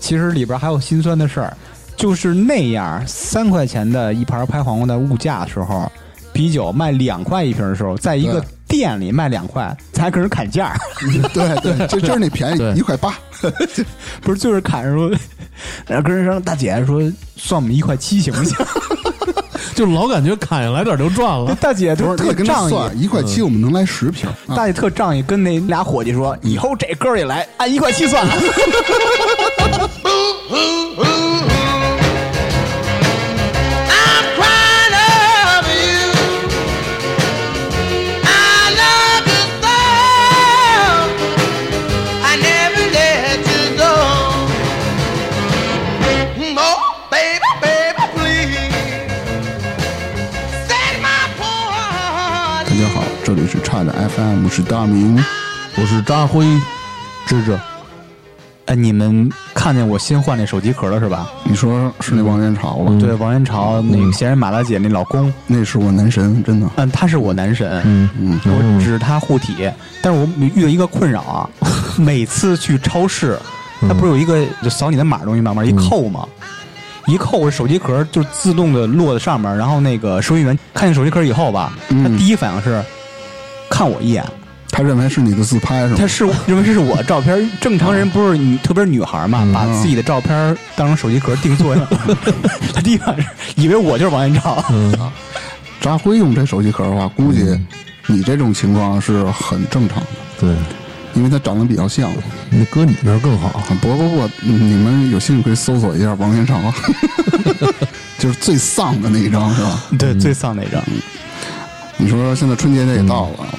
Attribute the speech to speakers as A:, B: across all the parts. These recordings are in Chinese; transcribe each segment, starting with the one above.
A: 其实里边还有心酸的事儿，就是那样三块钱的一盘拍黄瓜的物价的时候，啤酒卖两块一瓶的时候，在一个
B: 对
A: 店里卖两块才开始砍价儿，
B: 对对，这就是那便
C: 对
B: 宜一块八，
A: 不是就是砍着说，呃然后跟人说大姐说算我们一块七行不 行？。
C: 就老感觉砍下来点儿就赚了
A: 大姐
B: 不
A: 就是特
B: 你跟他
A: 仗义，
B: 算一块七，我们能来十瓶。啊
A: 大姐特仗义，跟那俩伙计说：“以后这哥儿也来，按一块七算了。
D: Ooh, ooh, I'm crying over you. I love you so. I never let you go. Oh, baby, baby, please set my poor heart
B: 大
D: at
B: 家好，这里是差点 FM，我是大明。
C: 我是扎辉，芝芝，”
A: 哎，你们看见我新换那手机壳了是吧？嗯
B: 你说是那王元朝吧？
A: 对，王元朝那个闲人马大姐那老公，
B: 那是我男神，真的。
A: 嗯，他是我男神，嗯嗯，我指他护体，但是我遇到一个困扰啊， 每次去超市，他
C: 嗯
A: 不是有一个就扫你的码的东西嘛，往上一扣吗？一扣，我手机壳就自动的落在上面，然后那个收银员看见手机壳以后吧，他
C: 嗯
A: 第一反应是看我一眼，
B: 他认为是你的自拍是
A: 他
B: 吗？
A: 是 认为这是我照片儿，正常人不是你，特别是女孩儿
C: 嗯
A: 嘛，把自己的照片儿当成手机壳定做了。 他第一反应是以为我就是王元朝，
C: 嗯
B: 扎辉用这手机壳的话，估计你这种情况是很正常的，
C: 对，
B: 因为他长得比较像。
C: 那搁你那儿更好。
B: 啊不不不，你们有兴趣可以搜索一下王元朝， 就是最丧的那一张是吧？
A: 对，最丧那张。
C: 嗯
B: 你说现在春节这也到了，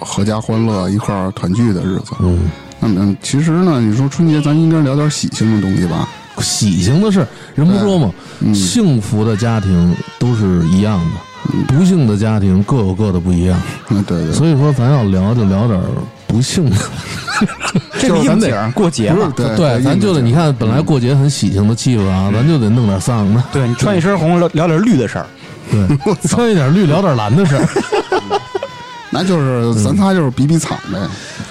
B: 阖家欢乐一块儿团聚的日子。嗯，那么其实呢，你说春节咱应该聊点喜庆的东西吧？
C: 喜庆的事，人不说吗？幸福的家庭都是一样的，不幸的家庭各有各的不一样。
B: 嗯，对对，
C: 所以说，咱要聊就聊点儿不幸的。
A: 这个
C: 就是咱
A: 应
C: 得
A: 景儿过节
C: 不
A: 嘛
C: 是，，
B: 对
C: 对，咱就得你看，本来过节很喜庆的气氛
B: 嗯
C: 啊，咱就得弄点丧的，
A: 对你穿一身红，聊聊点绿的事儿。
C: 对，穿一点绿，聊点蓝的事儿，
B: 那就是
C: 嗯
B: 咱仨就是比比惨
C: 啊
B: 呗，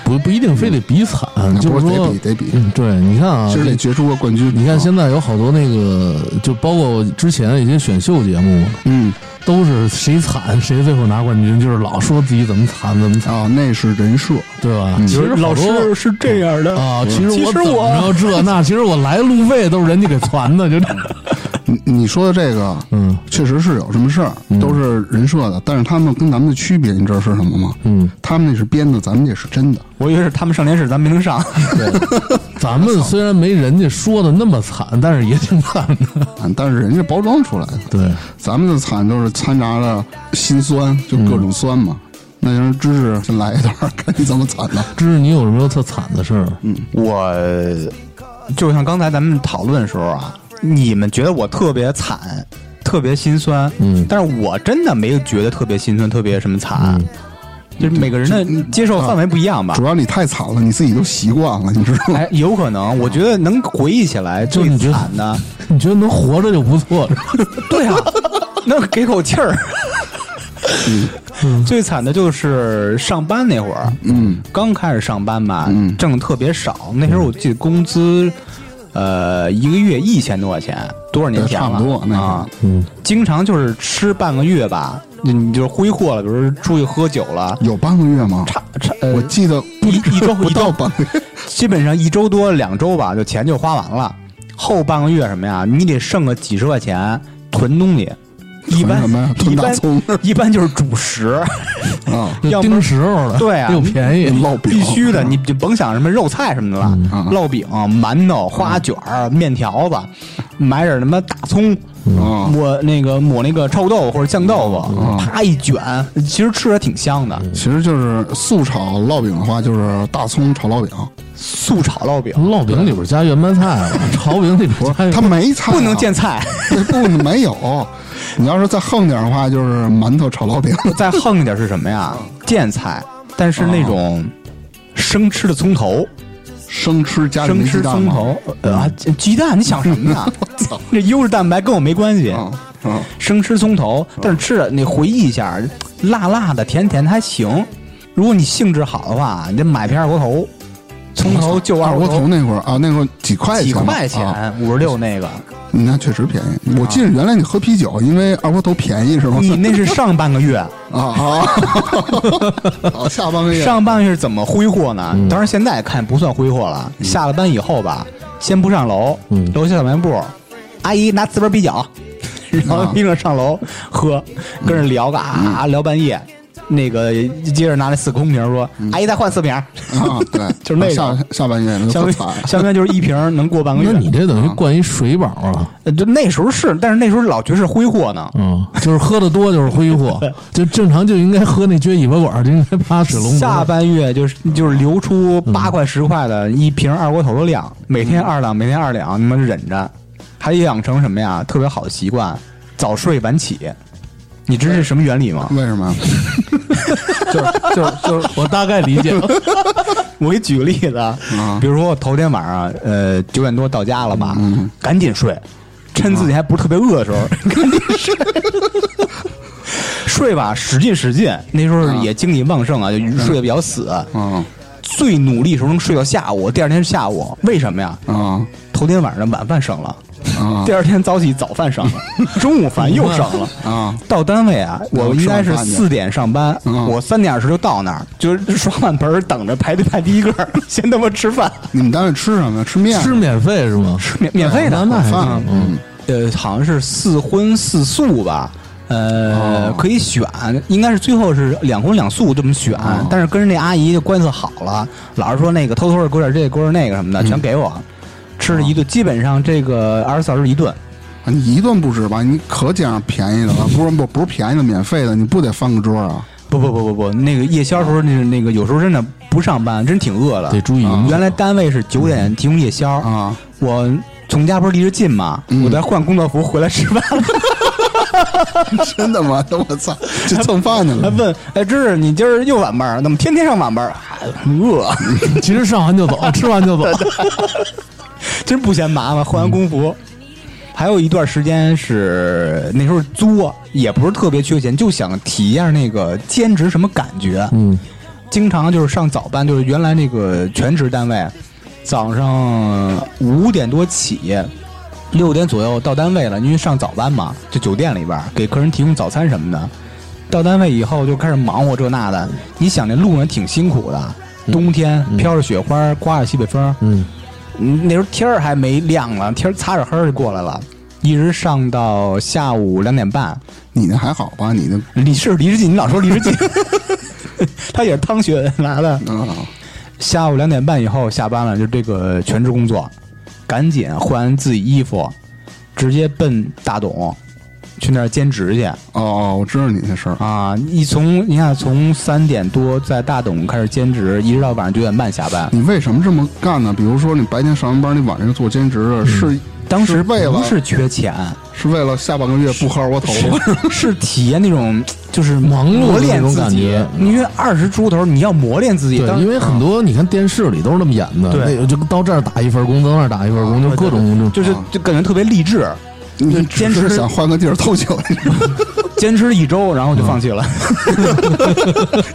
C: 不不一定非得比惨，就
B: 啊不
C: 是
B: 是得
C: 说
B: 比，得比，
C: 嗯，对，你看啊，
B: 其实得决出个冠军。啊
C: 你看
B: 在，
C: 现在有好多那个，就包括之前一些选秀节目，
B: 嗯，
C: 都是谁惨谁最后拿冠军，就是老说自己怎么惨怎么惨，
B: 啊，那是人设，
C: 对吧？其实好
A: 嗯老
C: 多
A: 师是这样的嗯
C: 啊，其实
A: 其
C: 我
A: 实
C: 怎
A: 我
C: 么着这那，其实我来路费都是人家给攒的，就这，
B: 你你说的这个，
C: 嗯
B: 确实是有什么事儿，都是人设的，但是他们跟咱们的区别，你知道是什么吗？
C: 嗯，
B: 他们那是编的，咱们这是真的。
A: 我以为是他们上电视，咱没能上。
C: 咱 们虽然没人家说的那么惨，但是也挺惨的，
B: 啊但是人家包装出来的。
C: 对，
B: 咱们的惨就是掺杂了心酸，就各种酸嘛。
A: 嗯
B: 那就让知识先来一段，看你怎么惨的。
C: 芝芝，你有什么特惨的事儿？
A: 嗯我 就像刚才咱们讨论的时候啊，你们觉得我特别惨，特别心酸，
C: 嗯
A: 但是我真的没有觉得特别心酸，特别什么惨，就是每个人的接受范围不一样吧
B: 主。要你太惨了，你自己都习惯了，你 知道吗？
A: 哎，有可能，我觉得能回忆起来
C: 就
A: 最
C: 你觉得
A: 惨的，
C: 你觉得能活着就不错，是吧
A: 对 啊，能给口气儿。
B: 嗯
A: 最惨的就是上班那会儿，嗯，刚开始上班吧，
B: 嗯
A: 挣的特别少。那时候我记得工资，呃，一个月一千多块钱，多少年前了？
B: 对差不多那会儿
A: 啊，嗯，经常就是吃半个月吧，你你就是挥霍了，比如说出去喝酒了，
B: 有半个月吗？
A: 差差呃
B: 我，记得不
A: 一一周
B: 不
A: 一周
B: 到半个 月。
A: 基本上一周多两周吧，就钱就花完了。后半个月什么呀？你得剩个几十块钱囤东西，一般
B: 什么呀
A: 一
B: 囤大
A: 般
B: 葱
A: 一般就是主 食。
B: 啊，
C: 就
A: 要不
C: 盯时候了，
A: 对啊
C: 又便宜，
B: 烙饼嗯
A: 必须的，你就甭想什么肉菜什么的了，嗯烙饼、馒头、花卷儿、面条子，
B: 嗯
A: 买点儿什么大葱，
B: 啊，
A: 抹那个抹那个臭豆腐或者酱豆
B: 嗯
A: 腐，啪一卷，其实吃着挺香的。
B: 其实就是素炒烙饼的话，就是大葱炒烙饼，
A: 素炒烙饼
C: 烙饼里边加圆白 菜了，炒饼里边加圆
B: 它没菜啊、
A: 不能见菜，
B: 不没有。你要是再横点的话，就是馒头炒烙饼。
A: 再横一点是什么呀？
B: 嗯
A: 见菜，但是那
B: 哦
A: 种生吃的葱头，
B: 生吃家里
A: 生
B: 没
A: 吃
B: 鸡蛋
A: 葱
B: 吗？
A: 头，呃，啊鸡蛋，你想什么 呢？这优质蛋白跟我没关系。
B: 啊啊，
A: 生吃葱头，
B: 嗯
A: 但是吃着你回忆一下，辣辣的、甜甜的还行。如果你兴致好的话，你得买瓶二锅头，从头就
B: 二
A: 二
B: 锅
A: 锅
B: 头
A: 头
B: 那会儿啊，那会儿几块钱，
A: 几块
B: 啊，
A: 钱，五十六 那个，
B: 嗯那确实便宜。我记得原来你喝啤酒，因为二锅头便宜是吗？
A: 你那是上半个月，
B: 啊啊，好下半个月
A: 上半月是怎么挥霍呢？当然现在看不算挥霍了，下了班以后吧，先不上楼，楼下小卖部，阿姨拿四瓶啤酒，然后拎着上楼喝，跟人聊个啊聊半夜。那个接着拿那四个空瓶说：“阿姨再换四瓶。
B: 啊，对，
A: 就是那个
B: 下下半月”
A: 相当
B: 特惨
A: 于相当于就是一瓶能过半个月。
C: 那你这等于灌一水饱啊，
A: 呃就那时候是，但是那时候老觉得是挥霍呢。
C: 嗯，就是喝的多就是挥 霍，就正常就应该喝那撅尾巴管儿，就应该趴水龙头。
A: 下半月就是就是流出八块十块的一瓶二锅头的量，每天二两，每天二两，你们忍着，还养成什么呀？特别好的习惯，早睡晚起。你知道是什么原理吗？
B: 为什么？
C: 就是就是，我大概 理解。
A: 我给你举个例子，啊嗯比如说我头天晚上呃九点多到家了吧，赶紧睡，趁自己还不是特别饿的时候， 赶紧睡。睡吧，使劲使劲，那时候也精力旺盛啊，就睡得比较死。
B: 啊
A: 最努力的时候能睡到下午，第二天下午，为什么呀？
B: 啊
A: 头天晚上的晚饭省了，
B: 啊
A: 第二天早起早饭省了， 中午饭又省 了。
B: 啊！
A: 到单位啊，
B: 那
A: 我
B: 我
A: 应该
B: 吃
A: 是
B: 完饭去
A: 四点上班，
B: 嗯
A: 我三点二十就到那儿，就是刷碗盆儿等着排队排第一个儿，先他妈吃饭，
B: 你们单位吃什么呀？吃面？
C: 吃免费是吗？
A: 免免费的
C: 那那还
B: 饭
C: 行嗯，
A: 呃，好像是四荤四素吧。呃，
C: 哦
A: 可以选，应该是最后是两荤两素这么选，
C: 哦
A: 但是跟人那阿姨就关系好了，老是说那个偷偷的给我点这个，给我点那个什么
C: 嗯
A: 的，全给我，吃了一顿，基本上这个二十四小时一顿，
B: 啊你一顿不吃吧？你可捡上便宜的了，不是不不是便宜的，免费的，你不得翻个桌啊？
A: 不不不不不，那个夜宵时候，那那个有时候真的不上班，真挺饿了。嗯
C: 得注意嗯影响
A: 原来单位是九点提供夜宵
B: 啊，
A: 我从家不是离着近嘛，
C: 嗯
A: 我再换工作服回来吃饭，
B: 真的吗？ 我操，去蹭饭去
A: 还
B: 了。
A: 问哎芝芝你今儿又晚班儿，怎么天天上晚班儿？哎饿，
C: 其实上完就走， 吃完就走。
A: 真不嫌麻烦，换完工服。还有一段时间是那时候作，也不是特别缺钱，就想体验那个兼职什么感觉。
C: 嗯，
A: 经常就是上早班，就是原来那个全职单位，早上五点多起，六点左右到单位了，因为上早班嘛，就酒店里边儿给客人提供早餐什么的。到单位以后就开始忙活这那的，你想那路上挺辛苦的，冬天飘着雪花，刮着西北风，
C: 嗯，
A: 嗯，那时候天儿还没亮了，天儿擦着黑儿就过来了，一直上到下午两点半。
B: 你那还好吧？你那
A: 李是李世锦，你老说李世锦，他也是汤学来的。
B: 啊，
A: 下午两点半以后下班了，就这个全职工作，赶紧换自己衣服，直接奔大董去那儿兼职去
B: 哦，我知道你那事儿。
A: 啊！一从你看从三点多在大董开始兼职，一直到晚上九点半下班。
B: 你为什么这么干呢？比如说，你白天上完班，你晚上做兼职，啊是
A: 嗯当时
B: 是为了
A: 不是缺钱，
B: 是为了下半个月不薅我头发？
A: 是体验那种就是
C: 忙碌的
A: 磨
C: 那
A: 练
C: 种
A: 自
C: 感
A: 己
C: 觉。
A: 因为二十出头，你要磨练自己。
C: 对，
A: 当
C: 因为很多你看电视里都是那么演的，
A: 对
C: 那个就到这儿打一份工，到那儿打一份工，就各种就啊
A: 就是就感觉特别励志，
B: 你
A: 兼
B: 只
A: 职
B: 是想换个地儿偷酒，
A: 坚持一周，然后就放弃了，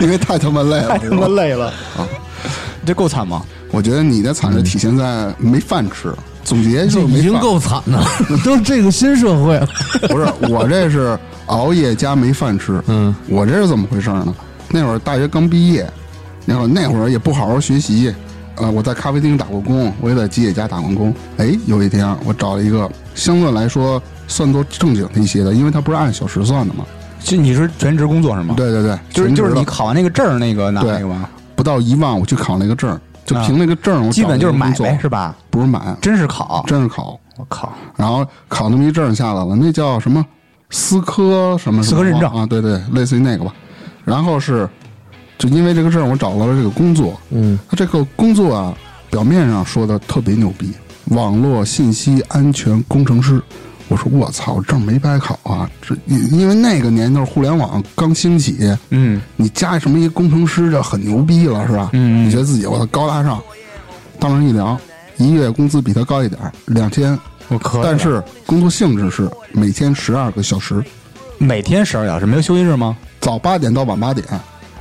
B: 因为太他妈累了。
A: 太他妈累了。 这够惨吗？
B: 我觉得你的惨是体现在没饭吃。总结就是
C: 这已
B: 没
C: 经
B: 饭，
C: 够惨的了， 都是这个新社会了。
B: 不是我这是熬夜加没饭吃。
C: 嗯，
B: 我这是怎么回事呢？那会儿大学刚毕业，那会儿那会儿也不好好学习，呃，我在咖啡厅打过工，我也在吉野家打过工。哎，有一天我找了一个相对来说算作正经的一些的，因为他不是按小时算的嘛。
A: 就你是全职工作是吗？，
B: 对对对，
A: 啊就是
B: 全职
A: 就是
B: 的
A: 你考完那个证儿那个拿
B: 对
A: 那个吗？
B: 不到一万，我去考那个证儿，就凭那个证儿，我
A: 啊基
B: 找
A: 本
B: 了
A: 就是
B: 一个
A: 买
B: 工作
A: 呗，是吧？
B: 不是买，
A: 真是考，
B: 真是考。
A: 我靠，
B: 然后考那么一证下来了，那叫什么思科什么什么
A: 思科认证
B: 啊？对对，类似于那个吧。然后是，就因为这个证，我找到了这个工作。
C: 嗯，
B: 他这个工作啊，表面上说的特别牛逼，网络信息安全工程师。我说我操，我证没白考啊！这因因为那个年头互联网刚兴起，
A: 嗯，
B: 你加什么一工程师，这很牛逼了，是吧？
A: 嗯嗯
B: 你觉得自己我操高大上，当上一聊，一月工资比他高一点儿，两千。
A: 我可以了
B: 但是工作性质是每天十二个小时，
A: 每天十二小时，没有休息日吗？
B: 早八点到晚八点，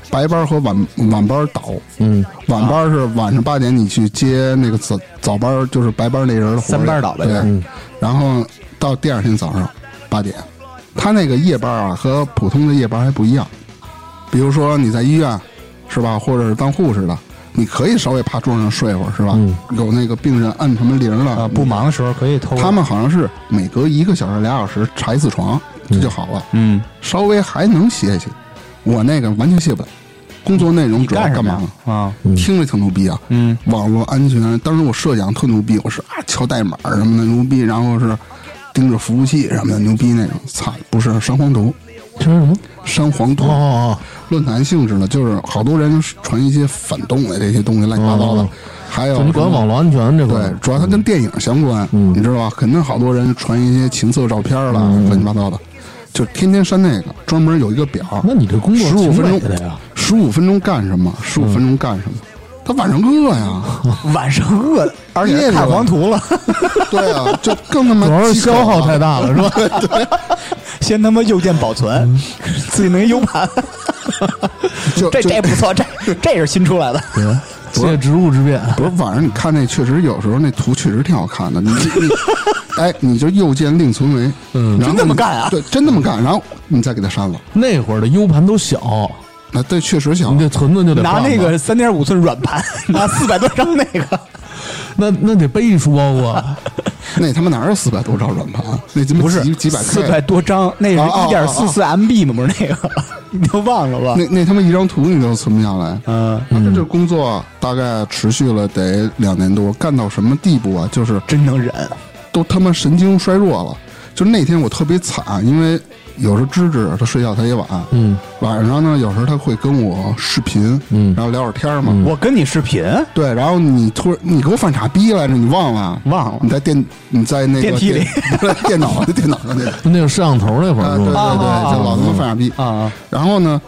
B: 白班和晚晚班倒。
C: 嗯，
B: 晚班是晚上八点你去接那个早早班，就是白班那人的活
A: 三班倒呗
B: 对
A: 嗯，
B: 然后到第二天早上八点，他那个夜班啊和普通的夜班还不一样。比如说你在医院是吧，或者是当护士的，你可以稍微趴桌上睡会儿是吧？有那个病人按什么铃了
A: 嗯啊，不忙的时候可以偷。
B: 他们好像是每隔一个小时、俩小时查一次床，这就好了，
A: 嗯，
B: 稍微还能歇歇。我那个完全歇不了，工作内容主要
A: 干什
B: 干
A: 么
B: 嘛
A: 呀
B: 呢？
A: 啊？
B: 听着挺牛逼啊，
A: 嗯，
B: 网络安全，当时我设想特牛逼，我是啊敲代码什么的牛逼，然后是盯着服务器什么的牛逼那种，操，不是山黄图，
C: 听什么？
B: 山黄图
C: 哦哦
B: 论坛性质的，就是好多人传一些反动的这些东西乱七八糟的
C: 哦，
B: 还
C: 哦，
B: 有
C: 就你
B: 什
C: 管
B: 么
C: 网络安全这块
B: 对
C: 儿，，
B: 主要它跟电影相关，
C: 嗯
B: 你知道吧？肯定好多人传一些情色照片儿啦，乱七八糟的，就天天删那个，专门有一个表。
C: 那你这工作
B: 十五
C: 挺
B: 分
C: 累
B: 钟
C: 的呀，嗯
B: 十五分钟干什么？十五分钟干什么？他晚上饿 呀，
A: 晚上饿了，而
B: 夜
A: 且
B: 里
A: 看
B: 了
A: 黄图了，
B: 对啊，就更他妈
C: 主要是
B: 饥渴
C: 消耗
B: 了
C: 太大了，是吧？
A: 先他妈右键保存，自己弄一 U 盘，
B: 嗯 就
A: 这
B: 就
A: 这不错，这这是新出来的。
C: 借职务之便，
B: 不是晚上你看那确实有时候那图确实挺好看的，你 你哎你就右键另存为，嗯，然后
A: 真这么
B: 你
A: 干啊
B: 对，真那么干，然后你再给它删了，
C: 那会儿的 U 盘都小，
B: 啊那这确实想
C: 你这存存就得
A: 拿
C: 放
A: 那
C: 吧
A: 个三点五寸软盘， 拿四百多张那 个，
C: 那那得背一书包啊！
B: 那他妈哪有四百多兆软盘？啊那他妈
A: 不是
B: 几几百 K
A: 四百多张，那
B: 啊啊
A: 是
B: 啊
A: 一点四四 MB 吗？不是那个，你都忘了吧
B: 那？那他妈一张图你都存不下来。
A: 嗯，
B: 那这工作大概持续了得两年多，干到什么地步啊？就是
A: 真能忍，
B: 都他妈神经衰弱了。就那天我特别惨，因为有时候芝芝她睡觉她也晚，
C: 嗯，
B: 晚上呢有时候她会跟我视频，
C: 嗯
B: 然后聊会儿天儿嘛。
A: 我跟你视频
B: 对，然后你突然你给我犯傻逼来着，你忘了？
A: 忘了
B: 你在电你在那个
A: 电梯里
B: 电，不是电脑电脑上 那个。
C: 就那个摄像头那会
B: 啊，
C: 儿
B: 对
C: 是
B: 对对，
C: 吧？
A: 啊
B: 就老他妈犯傻逼
A: 啊啊！
B: 然后呢，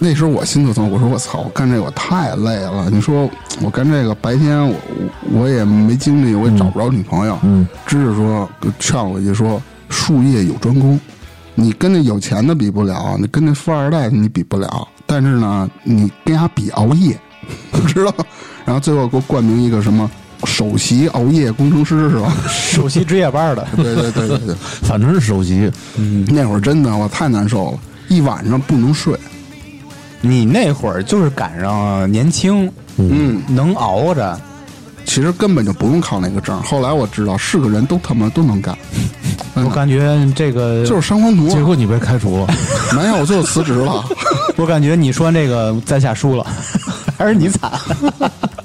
B: 那时候我心就疼，我说我操，我干这我太累了。你说我干这个白天我我我也没精力，我也找不着女朋友。
C: 嗯，
B: 只是说劝我一句说，术业有专攻，你跟那有钱的比不了，你跟那富二代你比不了，但是呢，你跟人家比熬夜， 知道吗？然后最后给我冠名一个什么首席熬夜工程师是吧？
A: 首席值夜班的，
B: 对对对对对。
C: 反正是首席，
B: 那会儿真的我太难受了，一晚上不能睡。
A: 你那会儿就是赶上年轻，
B: 嗯，
A: 能熬着，
B: 其实根本就不用考那个证。后来我知道，是个人都他妈都能干，
A: 我感觉这个
B: 就是山黄图
C: 结
B: 啊。
C: 果你被开除了。
B: 没有，我最后辞职 了。
A: 我感觉你说这个在下输了， 还是你惨。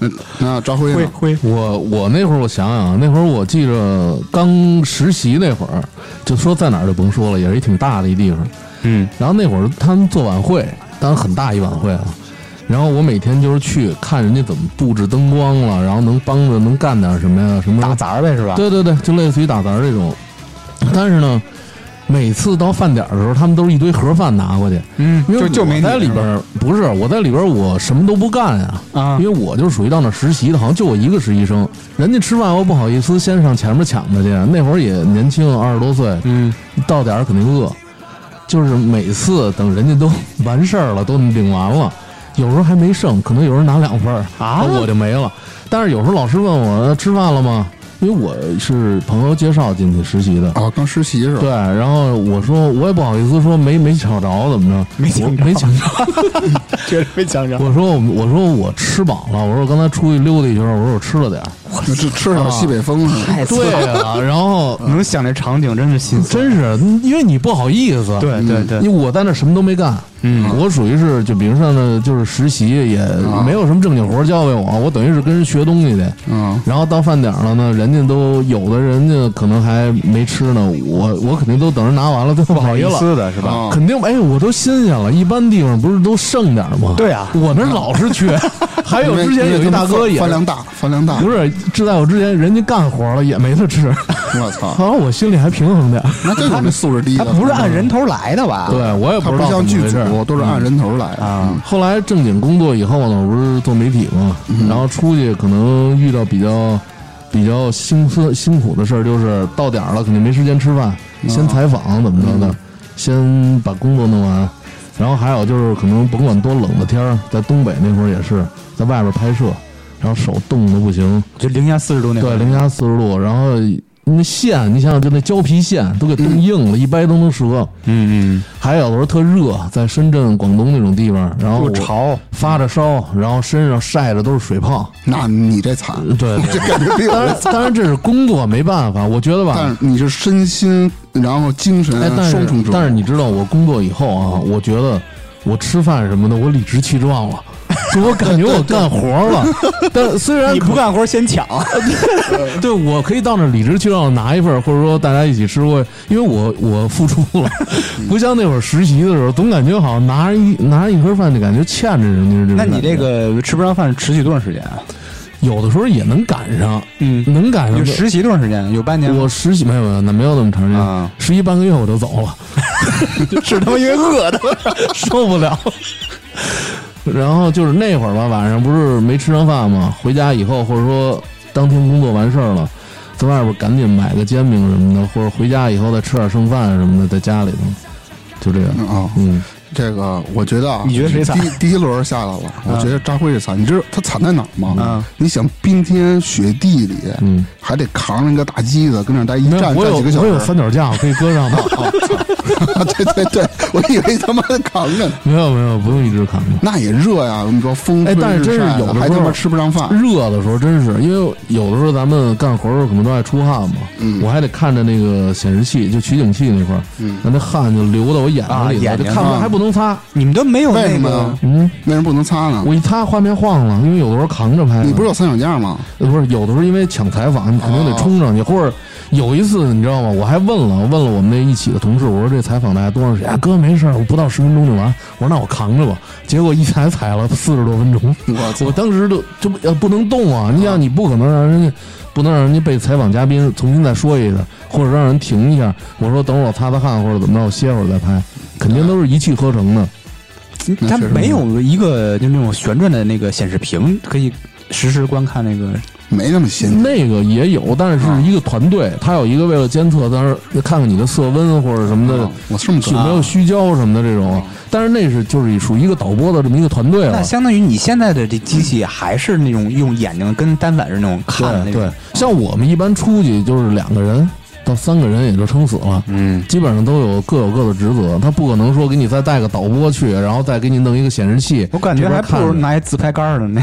B: 嗯那张辉
A: 灰
B: 呢？
A: 灰，
C: 我我那会儿我想想啊，那会儿我记着刚实习那会儿，就说在哪儿就甭说了，也是一挺大的一地方。
A: 嗯，
C: 然后那会儿他们做晚会，当然很大一晚会啊。然后我每天就是去看人家怎么布置灯光了，然后能帮着能干点什么呀，什么
A: 打杂呗是吧？
C: 对对对，就类似于打杂这种。但是呢，每次到饭点儿的时候，他们都是一堆盒饭拿过去。
A: 嗯，
C: 因为
A: 就就没
C: 我
A: 你
C: 在里边儿不是我在里边儿我什么都不干呀
A: 啊
C: 因为我就属于到那儿实习的，好像就我一个实习生，人家吃饭我不好意思先上前面抢着去，那会儿也年轻，二十多岁，
A: 嗯，
C: 到点儿肯定饿，就是每次等人家都完事儿了，都领完了， 有时候还没剩，可能有人拿两份儿
A: 啊
C: 我就没了。但是有时候老师问我呃吃饭了吗？因为我是朋友介绍进去实习的，
B: 啊，刚实习是吧？
C: 对，然后我说我也不好意思说没没抢着，怎么着？
A: 没抢着
C: 我没抢着。
A: 绝对没抢着。
C: 我说我我说我吃饱了，我说我刚才出去溜达一圈，我说我吃了点儿。
B: 那这吃
C: 啊
B: 点西北风是吧？
C: 对啊，然后
A: 能想这场景真是心嗯酸。
C: 真是因为你不好意思，
A: 对对
C: 因为
A: 对，
C: 我在那什么都没干，
A: 嗯，
C: 我属于是就比如说呢，就是实习也没有什么正经活儿交给我，我等于是跟人学东西去。
B: 嗯，
C: 然后到饭点儿了呢，人家都有的人家可能还没吃呢，我我肯定都等人拿完了，最后跑一
A: 意
C: 了。
A: 思的是吧？
B: 啊
C: 肯定哎，我都新鲜了。一般地方不是都剩点儿吗？
A: 对啊
C: 我那儿老是 缺。还有
B: 因为
C: 之前有一大哥
B: 因为
C: 也
B: 他们饭饭量大，饭量大
C: 不，是，就在我之前，人家干活了也没得 吃，
B: 我操，
C: 好像我心里还平衡点儿。
B: 那就有那素质低
A: 他
B: 的。
A: 不是按人头来的吧？
C: 对，我也
B: 他
C: 不知
B: 不
C: 道
B: 像
C: 怎么
B: 剧
C: 回事儿嗯
B: 组都是按人头来的
A: 啊
B: 嗯
C: 后来正经工作以后呢，我不是做媒体嘛，然后出去可能遇到比较比较辛酸辛苦的事儿，就是到点儿了肯定没时间吃饭，先采访怎么着的，先把工作弄完，然后还有就是可能甭管多冷的天儿，在东北那会儿也是在外边拍摄，然后手冻得不行，
A: 就零下四十度那会儿，
C: 对，零下四十度，然后那线，你想想，就那胶皮线都给冻硬了，一掰都能折。
A: 嗯
C: 还有的时候特热，在深圳、广东那种地方，然后
A: 嗯，又
C: 我
A: 潮，
C: 发着烧，然后身上晒的都是水泡。
B: 那你这惨，
C: 对，
B: 这
C: 对
B: 感觉比
C: 当
B: 我
C: 然当然这是工作，没办法，我觉得吧。
B: 但是你是身心，然后精神
C: 哎，但
B: 双重
C: 是
B: 折磨。
C: 但是你知道我工作以后啊，我觉得我吃饭什么的，我理直气壮了，就我感觉我干活了。但虽然
A: 你
C: 可
A: 不干活先抢，
C: 对我可以到那儿理直气壮地拿一份儿，或者说大家一起吃过，因为我我付出了， 不像那会儿实习的时候，总感觉好像拿着一拿着一盒饭就感觉欠着人家这种
A: 那
C: 感觉。
A: 你这个吃不上饭持续多长时间啊？
C: 有的时候也能赶上，
A: 嗯
C: 能赶上
A: 有
C: 就。
A: 实习多长时间？有半年 吗？
C: 我实习没有没有，那没有那么长时间
A: 啊，
C: 实习半个月我就走了。
A: 是他妈因为饿的。
C: 受不了。然后就是那会儿吧，晚上不是没吃上饭嘛，回家以后或者说当天工作完事儿了，在外边赶紧买个煎饼什么的，或者回家以后再吃点剩饭什么的，在家里头就这样。
B: 嗯啊，
C: 嗯，
B: 这个我觉得啊，
A: 你觉得谁惨
B: 第第一轮下来了，
C: 啊
B: 我觉得张辉是惨。你知道他惨在哪儿吗？
A: 嗯
B: 你想冰天雪地里，
C: 嗯
B: 还得扛着一个大机子跟那儿待一
C: 没有，
B: 站
C: 我
B: 站
C: 有
B: 几个小
C: 我有
B: 时。
C: 三脚架，我可以搁上吗？
B: 对对对，我以为他妈的扛着呢，
C: 没有没有，不用一直扛着。
B: 那也热呀，我们说风吹
C: 哎
B: 日晒的，
C: 但是真是有的时候
B: 还他妈吃不上饭。
C: 热的时候真是，因为有的时候咱们干活的时候可能都爱出汗嘛，我还得看着那个显示器，就取景器那块儿，那那汗就流到我眼睛
A: 啊
C: 里头，
A: 眼
C: 就
A: 睛
C: 看不
B: 啊
C: 到，还不能擦。
A: 你们都没有
B: 为
A: 那
B: 什么呀
A: 个？
C: 嗯，
B: 为什么不能擦呢？
C: 我一擦画面晃了，因为有的时候扛着拍嘛。
B: 你不是有三脚架吗？
C: 呃不是有的时候因为抢采访，你肯定得冲上去，或者有一次你知道吗？我还问了问了我们那一起的同事，我说这采访大概多长时间？啊哥没事儿，我不到十分钟就完。我说那我扛着吧。结果一采采了四十多分钟，
B: 我操
C: 我！当时都就呃不能动啊！你想你不可能让人家不能让人家被采访嘉宾重新再说一次，或者让人停一下。我说等会儿我擦擦汗或者怎么着，我歇会儿再拍，肯定都是一气呵成的。
B: 那
A: 它
B: 确实
A: 没有一个就那种旋转的那个显示屏，可以实时观看那个。
B: 没那么新。
C: 那个也有，但是是一个团队，他有一个为了监测，当时看看你的色温或者什么的，
B: 啊我这么
C: 嗯有没有虚焦什么的这种。但是那是就是属于一个导播的这么一个团队
A: 那
C: 了。
A: 相当于你现在的这机器还是那种用眼睛跟单反是那种看的
C: 对
A: 那种
C: 对。，像我们一般出去就是两个人到三个人也就撑死了。
A: 嗯，
C: 基本上都有各有各的职责，他不可能说给你再带个导播去，然后再给你弄一个显示器。
A: 我感觉还不如
C: 这边看着
A: 拿一自拍杆儿呢。那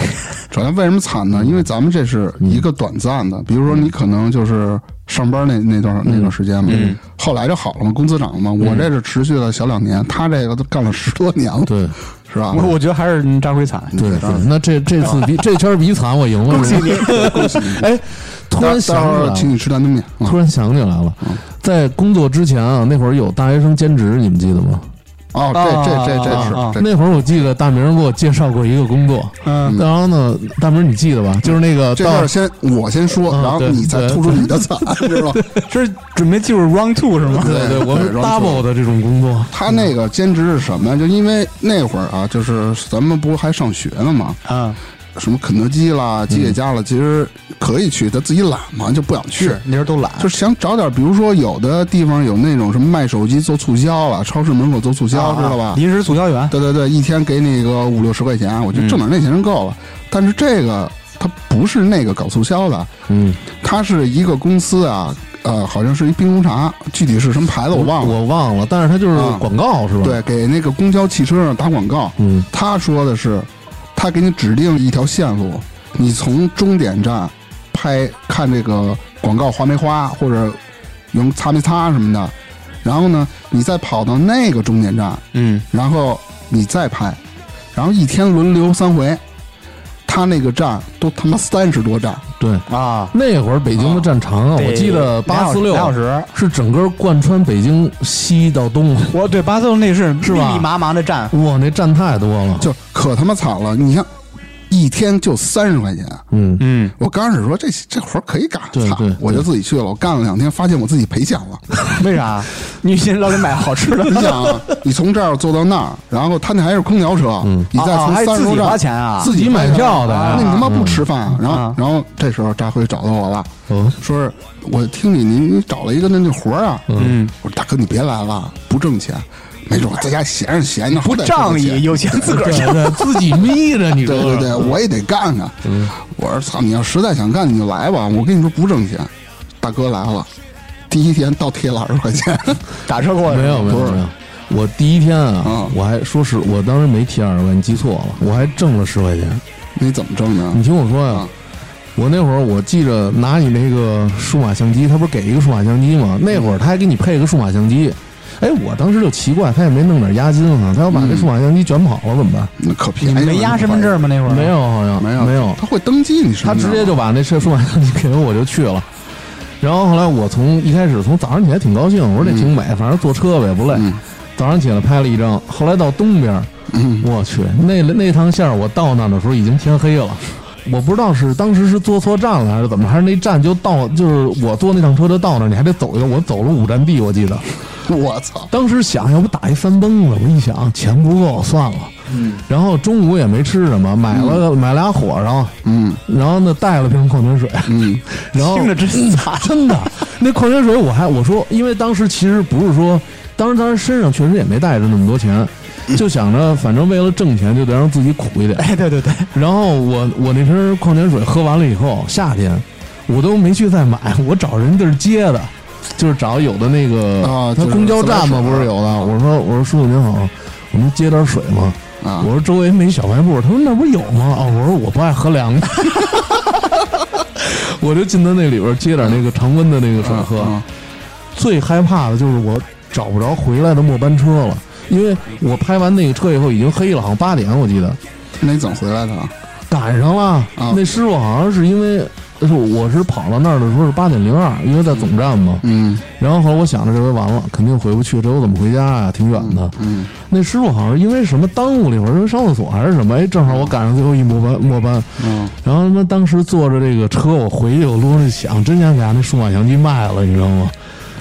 B: 主要为什么惨呢？因为咱们这是一个短暂的，比如说你可能就是上班那那段那段时间嘛，后来就好了嘛，工资涨了嘛。我这是持续了小两年，他这个都干了十多年了，
C: 对
B: 是吧？
A: 我我觉得还是张辉惨。
C: 啊对对，那这这次比这圈比惨，我赢了。 哎，突
B: 待
C: 然
B: 待会
C: 想起来
B: 儿
C: 了
B: 请你吃担担面啊
C: 突然想起来了，
A: 嗯
C: 在工作之前啊，那会儿有大学生兼职，你们记得吗？！
B: 哦，这这这
A: 啊啊啊
B: 这是这
C: 那会儿我记得大明给我介绍过一个工作，
A: 嗯，
C: 然后呢，大明你记得吧？就是那个
B: 嗯这
C: 到
B: 事儿先我先说，
C: 嗯
B: 然后
C: 对
B: 你再
C: 对
B: 突出你的惨，知道吧？
C: 嗯
A: 这是准备进入 round two 是吗？
C: 对对，我们
B: 对
C: double 的这种工作，
B: 他那个兼职是什么呀？就因为那会儿啊，就是咱们不是还上学呢嘛，
A: 啊，
B: 什么肯德基啦、吉野家啦，其实可以去，他自己懒嘛，就不想去。
A: 那时候都懒。
B: 就是想找点，比如说有的地方有那种什么卖手机做促销了，超市门口做促
A: 啊
B: 销，知道吧？
A: 临时促销员。
B: 对对对，一天给你个五六十块钱，我觉得挣点那钱就够了。但是这个他不是那个搞促销的，
C: 嗯，
B: 他是一个公司啊，呃，好像是一冰红茶，具体是什么牌子我忘了。
C: 我忘了，但是他就是
B: 啊
C: 广告是吧？
B: 对，给那个公交汽车上打广告。
C: 嗯，
B: 他说的是，他给你指定一条线路，你从终点站拍看这个广告花没花，或者用擦没擦什么的，然后呢，你再跑到那个终点站，
A: 嗯，
B: 然后你再拍，然后一天轮流三回。他那个站都他妈三十多站，
C: 对。
A: 啊，
C: 那会儿北京的战长啊，我记得八四六
A: 俩小时。
C: 是整个贯穿北京西到东，
A: 我对八四六那是
C: 是
A: 密
C: 吧
A: 密麻麻的站，
C: 哇，那站太多了。
B: 就可他妈惨了。你看，一天就三十块钱，
C: 嗯，
A: 嗯，
B: 我刚开始说这这活儿可以干，
C: 对
B: 操
C: 对
B: 我就自己去了。我干了两天，发现我自己赔钱了。
A: 为 啥？你先老得买好吃的，
B: 你想啊，你从这儿坐到那儿，然后他那还是空调车，你再
A: 啊
B: 从
A: 还
B: 三十
A: 自
B: 多
A: 己花
B: 站
A: 钱啊？
C: 自己买票的
B: 那你他妈不吃饭啊？然
A: 啊
B: 后，然后这时候扎辉找到我了，
C: 哦，
B: 说是我听你您你找了一个那那活儿啊，
A: 嗯
B: 我说大哥你别来了，不挣钱。没准我在家闲着闲着，好歹挣
A: 仗
B: 个
A: 义，
B: 钱
A: 有钱自个儿
C: 对
A: 挣。
C: 对，自己眯着，你
B: 对
C: 说
B: 对对，我也得干干。我说操，你要实在想干你就来吧，我跟你说不挣钱。大哥来了，第一天倒贴了二十块钱，
A: 打车过来
C: 没有没
B: 多
C: 有
B: 少
C: 没有，我第一天啊
B: 嗯，
C: 我还说是我当时没贴二十块，你记错了，我还挣了十块钱。
B: 你怎么挣的？
C: 你听我说呀
B: 啊，
C: 我那会儿我记着拿你那个数码相机，他不是给一个数码相机吗？那会儿他还给你配个数码相机。哎，我当时就奇怪，他也没弄点押金啊，他要
B: 嗯
C: 把这数码相机卷跑了怎么办？
B: 那可便
A: 你
B: 宜了，
A: 没押身份证吗？那会儿
C: 没，有，好像
B: 没有
C: 没有，
B: 他会登记你身
C: 他
B: 份
C: 直
B: 证
C: 接就把那车数码相机给我，我就去了。然后后来我从一开始从早上起来挺高兴，我说这挺美，反正坐车呗也不累。
B: 嗯
C: 早上起来拍了一张，后来到东边儿，
B: 嗯
C: 我去那那趟线儿我到那儿的时候已经天黑了。我不知道是当时是坐错站了还是怎么，还是那站就到，就是我坐那趟车就到那儿，你还得走一个，我走了五站地，我记得。
B: 我操，
C: 当时想，要不打一三蹦子，我一想钱不够，算了。嗯。然后中午也没吃什么，买了、买俩火烧，
B: 嗯
C: 然后呢带了瓶矿泉水，
B: 嗯，
C: 然后
A: 听着真惨。
C: 真的，那矿泉水我还我说，因为当时其实不是说，当时当时身上确实也没带着那么多钱，
A: 嗯
C: 就想着反正为了挣钱就得让自己苦一点。
A: 哎， 对对对，
C: 然后我我那瓶矿泉水喝完了以后，夏天我都没去再买，我找人地儿接的，就是找有的那个
B: 啊
C: 他
B: 就是
C: 公交站嘛
B: 自来水
C: 不是有的，我说我说叔叔您好，我能接点水吗？
B: 啊
C: 我说周围没小卖部，他说那不是有吗？哦，我说我不爱 喝凉的，我就进他那里边接点那个常温的那个水
B: 嗯
C: 喝。
B: 嗯
C: 最害怕的就是我找不着回来的末班车了，因为我拍完那个车以后已经黑了，好像八点我记得
B: 那你怎么回来的啊？
C: 赶上了。
B: 啊
C: 那师傅好像是因为。是我是跑到那儿的时候是八点零二，因为在总站嘛。
B: 嗯
C: 然后后来我想着这回完了，肯定回不去，这我怎么回家呀、挺远的。
B: 嗯，
C: 那师傅好像是因为什么耽误了一会儿，因为上厕所还是什么，哎，正好我赶上最后一末班末班，
B: 嗯，
C: 然后他妈当时坐着这个车，我回去我路上想，真想给他那数码相机卖了，你知道吗？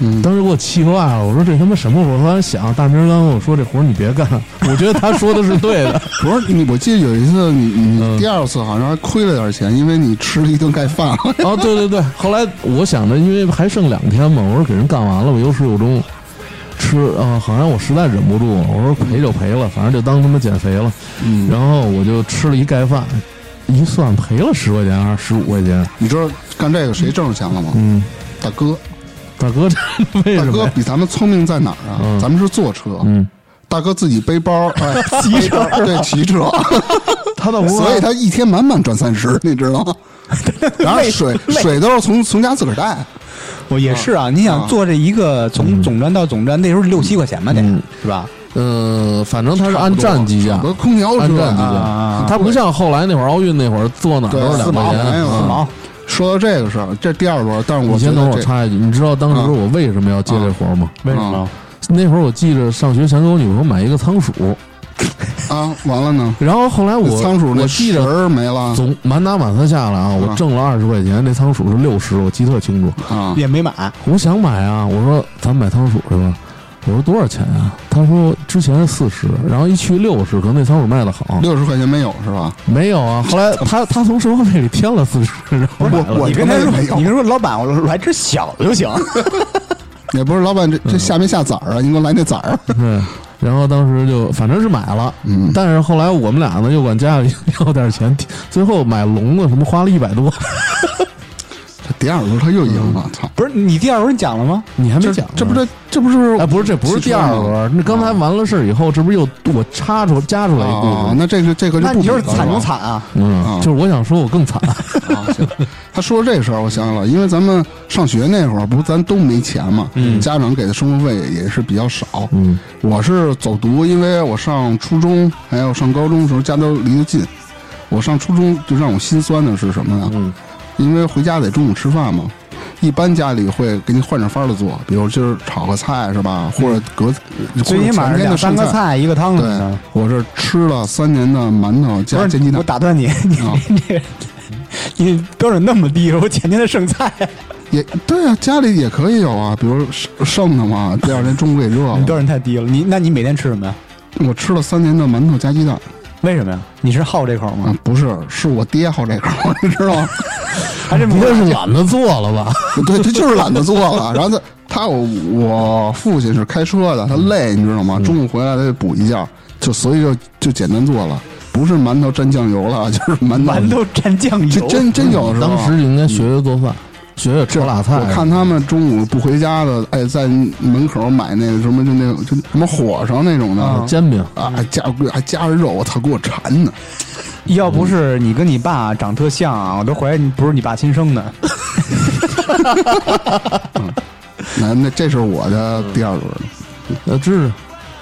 B: 嗯
C: 当时给我气坏了，我说这他妈什么活儿？我突然想，大明儿刚跟我说这活儿你别干，我觉得他说的是对的。
B: 不是你，我记得有一次你
C: 嗯
B: 你第二次好像还亏了点钱，因为你吃了一顿盖 饭。
C: 哦，对对对，后来我想着，因为还剩两天嘛，我说给人干完了，我有始有终。吃啊、好像我实在忍不住，我说赔就赔了，反正就当他妈减肥了。
B: 嗯，
C: 然后我就吃了一盖饭，一算赔了十块钱还是十五块钱。
B: 你知道干这个谁挣着钱了吗？
C: 嗯，
B: 大哥，
C: 大 哥，这为
B: 大
C: 什
B: 哥
C: 么呀？
B: 比咱们聪明在哪儿啊？咱们是坐车，
C: 嗯，
B: 大哥自己背 包，哎，骑车，对，骑车，
C: 他倒不是
B: 所以他一天满满赚三十，你知道 吗？然后水水都是从从家自个儿带，
A: 我也是啊。你想坐这一个
C: 嗯
A: 从总站到总站，那时候六七块钱吧，得是吧？
C: 呃，反正他是按站计价，
B: 和空调
C: 按
B: 车
C: 站计
A: 啊
C: 价。
A: 啊
C: 他不像后来那会儿奥运那会儿坐哪儿
B: 对
C: 都是两
B: 四
C: 块
B: 毛没
C: 钱。
B: 有
A: 四
C: 嗯
A: 毛，
B: 说到这个事儿，这第二轮，但是我
C: 你
B: 觉
C: 先
B: 得
C: 等我
B: 这
C: 插一句，你知道当时
B: 啊
C: 我为什么要接这活儿吗？
A: 为
B: 什么？
C: 那会儿我记着上学想给我女朋友买一个仓鼠，
B: 啊，完了呢，
C: 然后后来我
B: 仓鼠那
C: 我记
B: 食
C: 着
B: 儿没了
C: 总满打满算下来啊，我
B: 啊
C: 挣了二十块钱，那仓鼠是六十，我记得特清楚。
B: 啊，
A: 也没买，
C: 我想买啊，我说咱买仓鼠去吧。我说多少钱啊？他说之前四十，然后一去六十，可能那仓鼠卖的好。
B: 六十块钱没有是吧？
C: 没有啊，后来他他从售货费里添了四十，然后买了
B: 我
A: 你跟
B: 他
A: 他
B: 妈也
A: 说，
B: 没有
A: 你跟他说，老板，我我来只小的就行。
B: 也不是老板，这
C: 嗯
B: 这下没下崽儿啊？你给我来那崽 儿，
C: 对，嗯然后当时就反正是买了，
B: 嗯
C: 但是后来我们俩呢又管家里要点钱，最后买笼子什么花了一百多，
B: 这第二轮他又赢了，
C: 嗯
B: 操！
A: 不是你第二轮讲了吗？
C: 你还没
B: 这
C: 讲呢
B: 这不这这不是
C: 哎不是这不是第二轮，那刚才完了事儿以后，这不是又我插出加出来一
B: 啊
C: 故？事，
B: 那这个这个
A: 那
B: 不
A: 你就是
B: 比了
A: 惨就
B: 吧
A: 惨啊！
C: 嗯，就是我想说我 更惨，
B: 啊，行。他说这事儿，我想起来了，因为咱们上学那会儿，不是咱都没钱嘛，
A: 嗯
B: 家长给的生活费也是比较少。
C: 嗯，
B: 我是走读，因为我上初中还有上高中的时候，家都离得近。我上初中就让我心酸的是什么呀？
C: 嗯
B: 因为回家得中午吃饭嘛，一般家里会给你换着法儿的做，比如今儿炒个菜是吧，或者隔或者
A: 最起码
B: 前天
A: 两
B: 的
A: 三个
B: 剩菜。
A: 菜一嗯个汤什么
B: 对
A: 的。，
B: 我是吃了三年的馒头
A: 不
B: 加煎鸡
A: 是，我
B: 蛋。
A: 打断你，你
B: 啊
A: 你这你标准那么低，我前天的剩菜，
B: 也对啊，家里也可以有啊，比如剩剩的嘛，第二天中午给热
A: 你标
B: 了。
A: 准太低了。你那你每天吃什么呀？
B: 我吃了三年的馒头加鸡蛋
A: 为什么呀？你是好这口吗
B: 啊？，不是，是我爹好这口儿， 你知道吗？
A: 还是
C: 不会是懒得做了吧？
B: 对，他就是懒得做了。然后他他我我父亲是开车的，他累你知道吗？中午回来他就补一觉，就所以就就简单做了，不是馒头蘸酱油了， 就是馒头。
A: 馒头蘸酱
B: 这
A: 油，
B: 真真有时候
C: 嗯当时就应该学学做饭，学学
B: 这
C: 炒辣菜。
B: 嗯我看他们中午不回家的，哎，在门口买那个什么，就那个就什么火烧那种的。
A: 啊
C: 煎饼，
B: 啊，还加还加着肉，我操，给我馋的！
A: 要不是你跟你爸长特像啊，我都怀疑你不是你爸亲生的。
B: 那那这是我的第二轮了，
C: 呃，知识。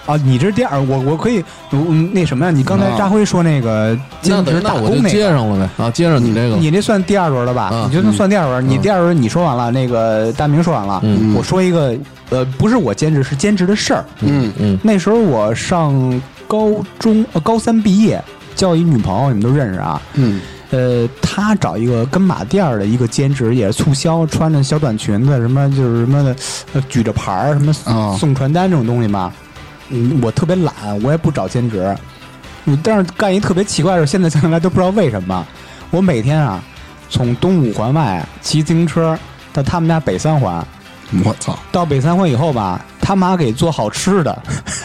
A: 啊，你这是第二，我我可以，我嗯那什么呀？你刚才
B: 啊
A: 扎辉说那个
C: 那
A: 兼
C: 等于
A: 职
C: 那
A: 打
C: 我
A: 工
C: 就
A: 那
C: 接
A: 个，
C: 上了呗啊，接上你这个了，
A: 你这算第二轮了吧？
C: 啊
A: 你就算算第二轮，你第二轮你说完了，那个大明说完了，
C: 嗯
A: 我说一个，呃，不是我兼职，是兼职的事儿。
B: 嗯
C: 嗯
A: 那时候我上高中，呃，高三毕业，交一女朋友，你们都认识啊。
B: 嗯
A: 呃，她找一个跟马店儿的一个兼职，也是促销，穿着小短裙子，什么就是什么的，呃，举着牌儿，什么
B: 啊
A: 送传单这种东西嘛。嗯，我特别懒，我也不找兼职。嗯，但是干一特别奇怪的事，现在想起来都不知道为什么。我每天啊，从东五环外骑自行车到他们家北三环，
B: 嗯我操，
A: 到北三环以后吧，他妈给做好吃的。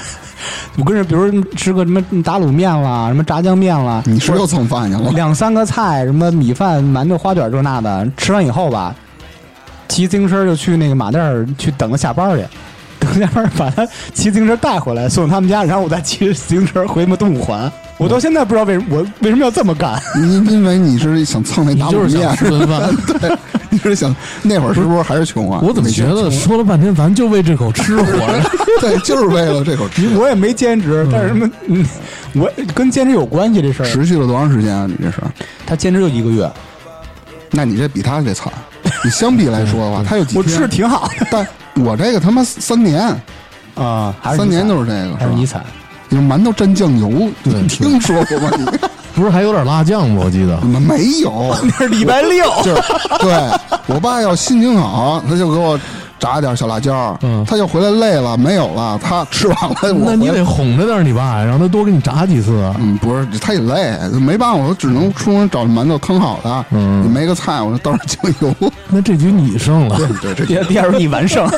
A: 我跟着，比如吃个什么打卤面啦，什么炸酱面啦，
B: 你是又蹭饭去 了？
A: 两三个菜，什么米饭、馒头、花卷这那的，吃完以后吧，骑自行车就去那个马甸儿去等他下班去， 等他下班把他骑自行车带回来送到他们家，然后我再骑着自行车回嘛东五环。我到现在不知道为什么我为什么要这么干。
B: 因因为你是想蹭那
C: 你
B: 打
C: 就
B: 卤
C: 是想
B: 面，
C: 吃 顿饭。
B: 对，你是想那会儿是不是还是穷啊？
C: 我怎么
B: 没
C: 觉
B: 钱
C: 得说了半天，咱就为这口吃活着？
B: 对，就是为了这口 吃。
A: 我也没兼职，但是什么， 嗯，我跟兼职有关系这事儿。
B: 持续了多长时间啊？你这是？
A: 他兼职就一个月，
B: 那你这比他这惨。你相比来说的话，他有几
A: 我
B: 天
A: 吃的挺好的
B: 但我这个他妈三年，
A: 啊，还是
B: 三年
A: 都
B: 都是这个，
A: 还是
B: 吧
A: 你 惨。
B: 你说馒头蘸酱油，
C: 对
B: 你听说过吗？你
C: 不是还有点辣酱吗？我记得
B: 怎么没有？
A: 那是礼拜 六，
B: 就是对我爸要心情好，他就给我炸点小辣椒，
C: 嗯
B: 他就回来累了没有了，他吃完了我
C: 那你
B: 回来
C: 得哄着点儿你爸呀，让他多给你炸几次啊。
B: 嗯，不是，他也累，没办法，我只能出门找馒头坑好的，
C: 嗯
B: 你没个菜，我就倒点酱油。
C: 那这局你胜了，
B: 对
A: 第
B: 对对，
A: 二第二轮你完 胜，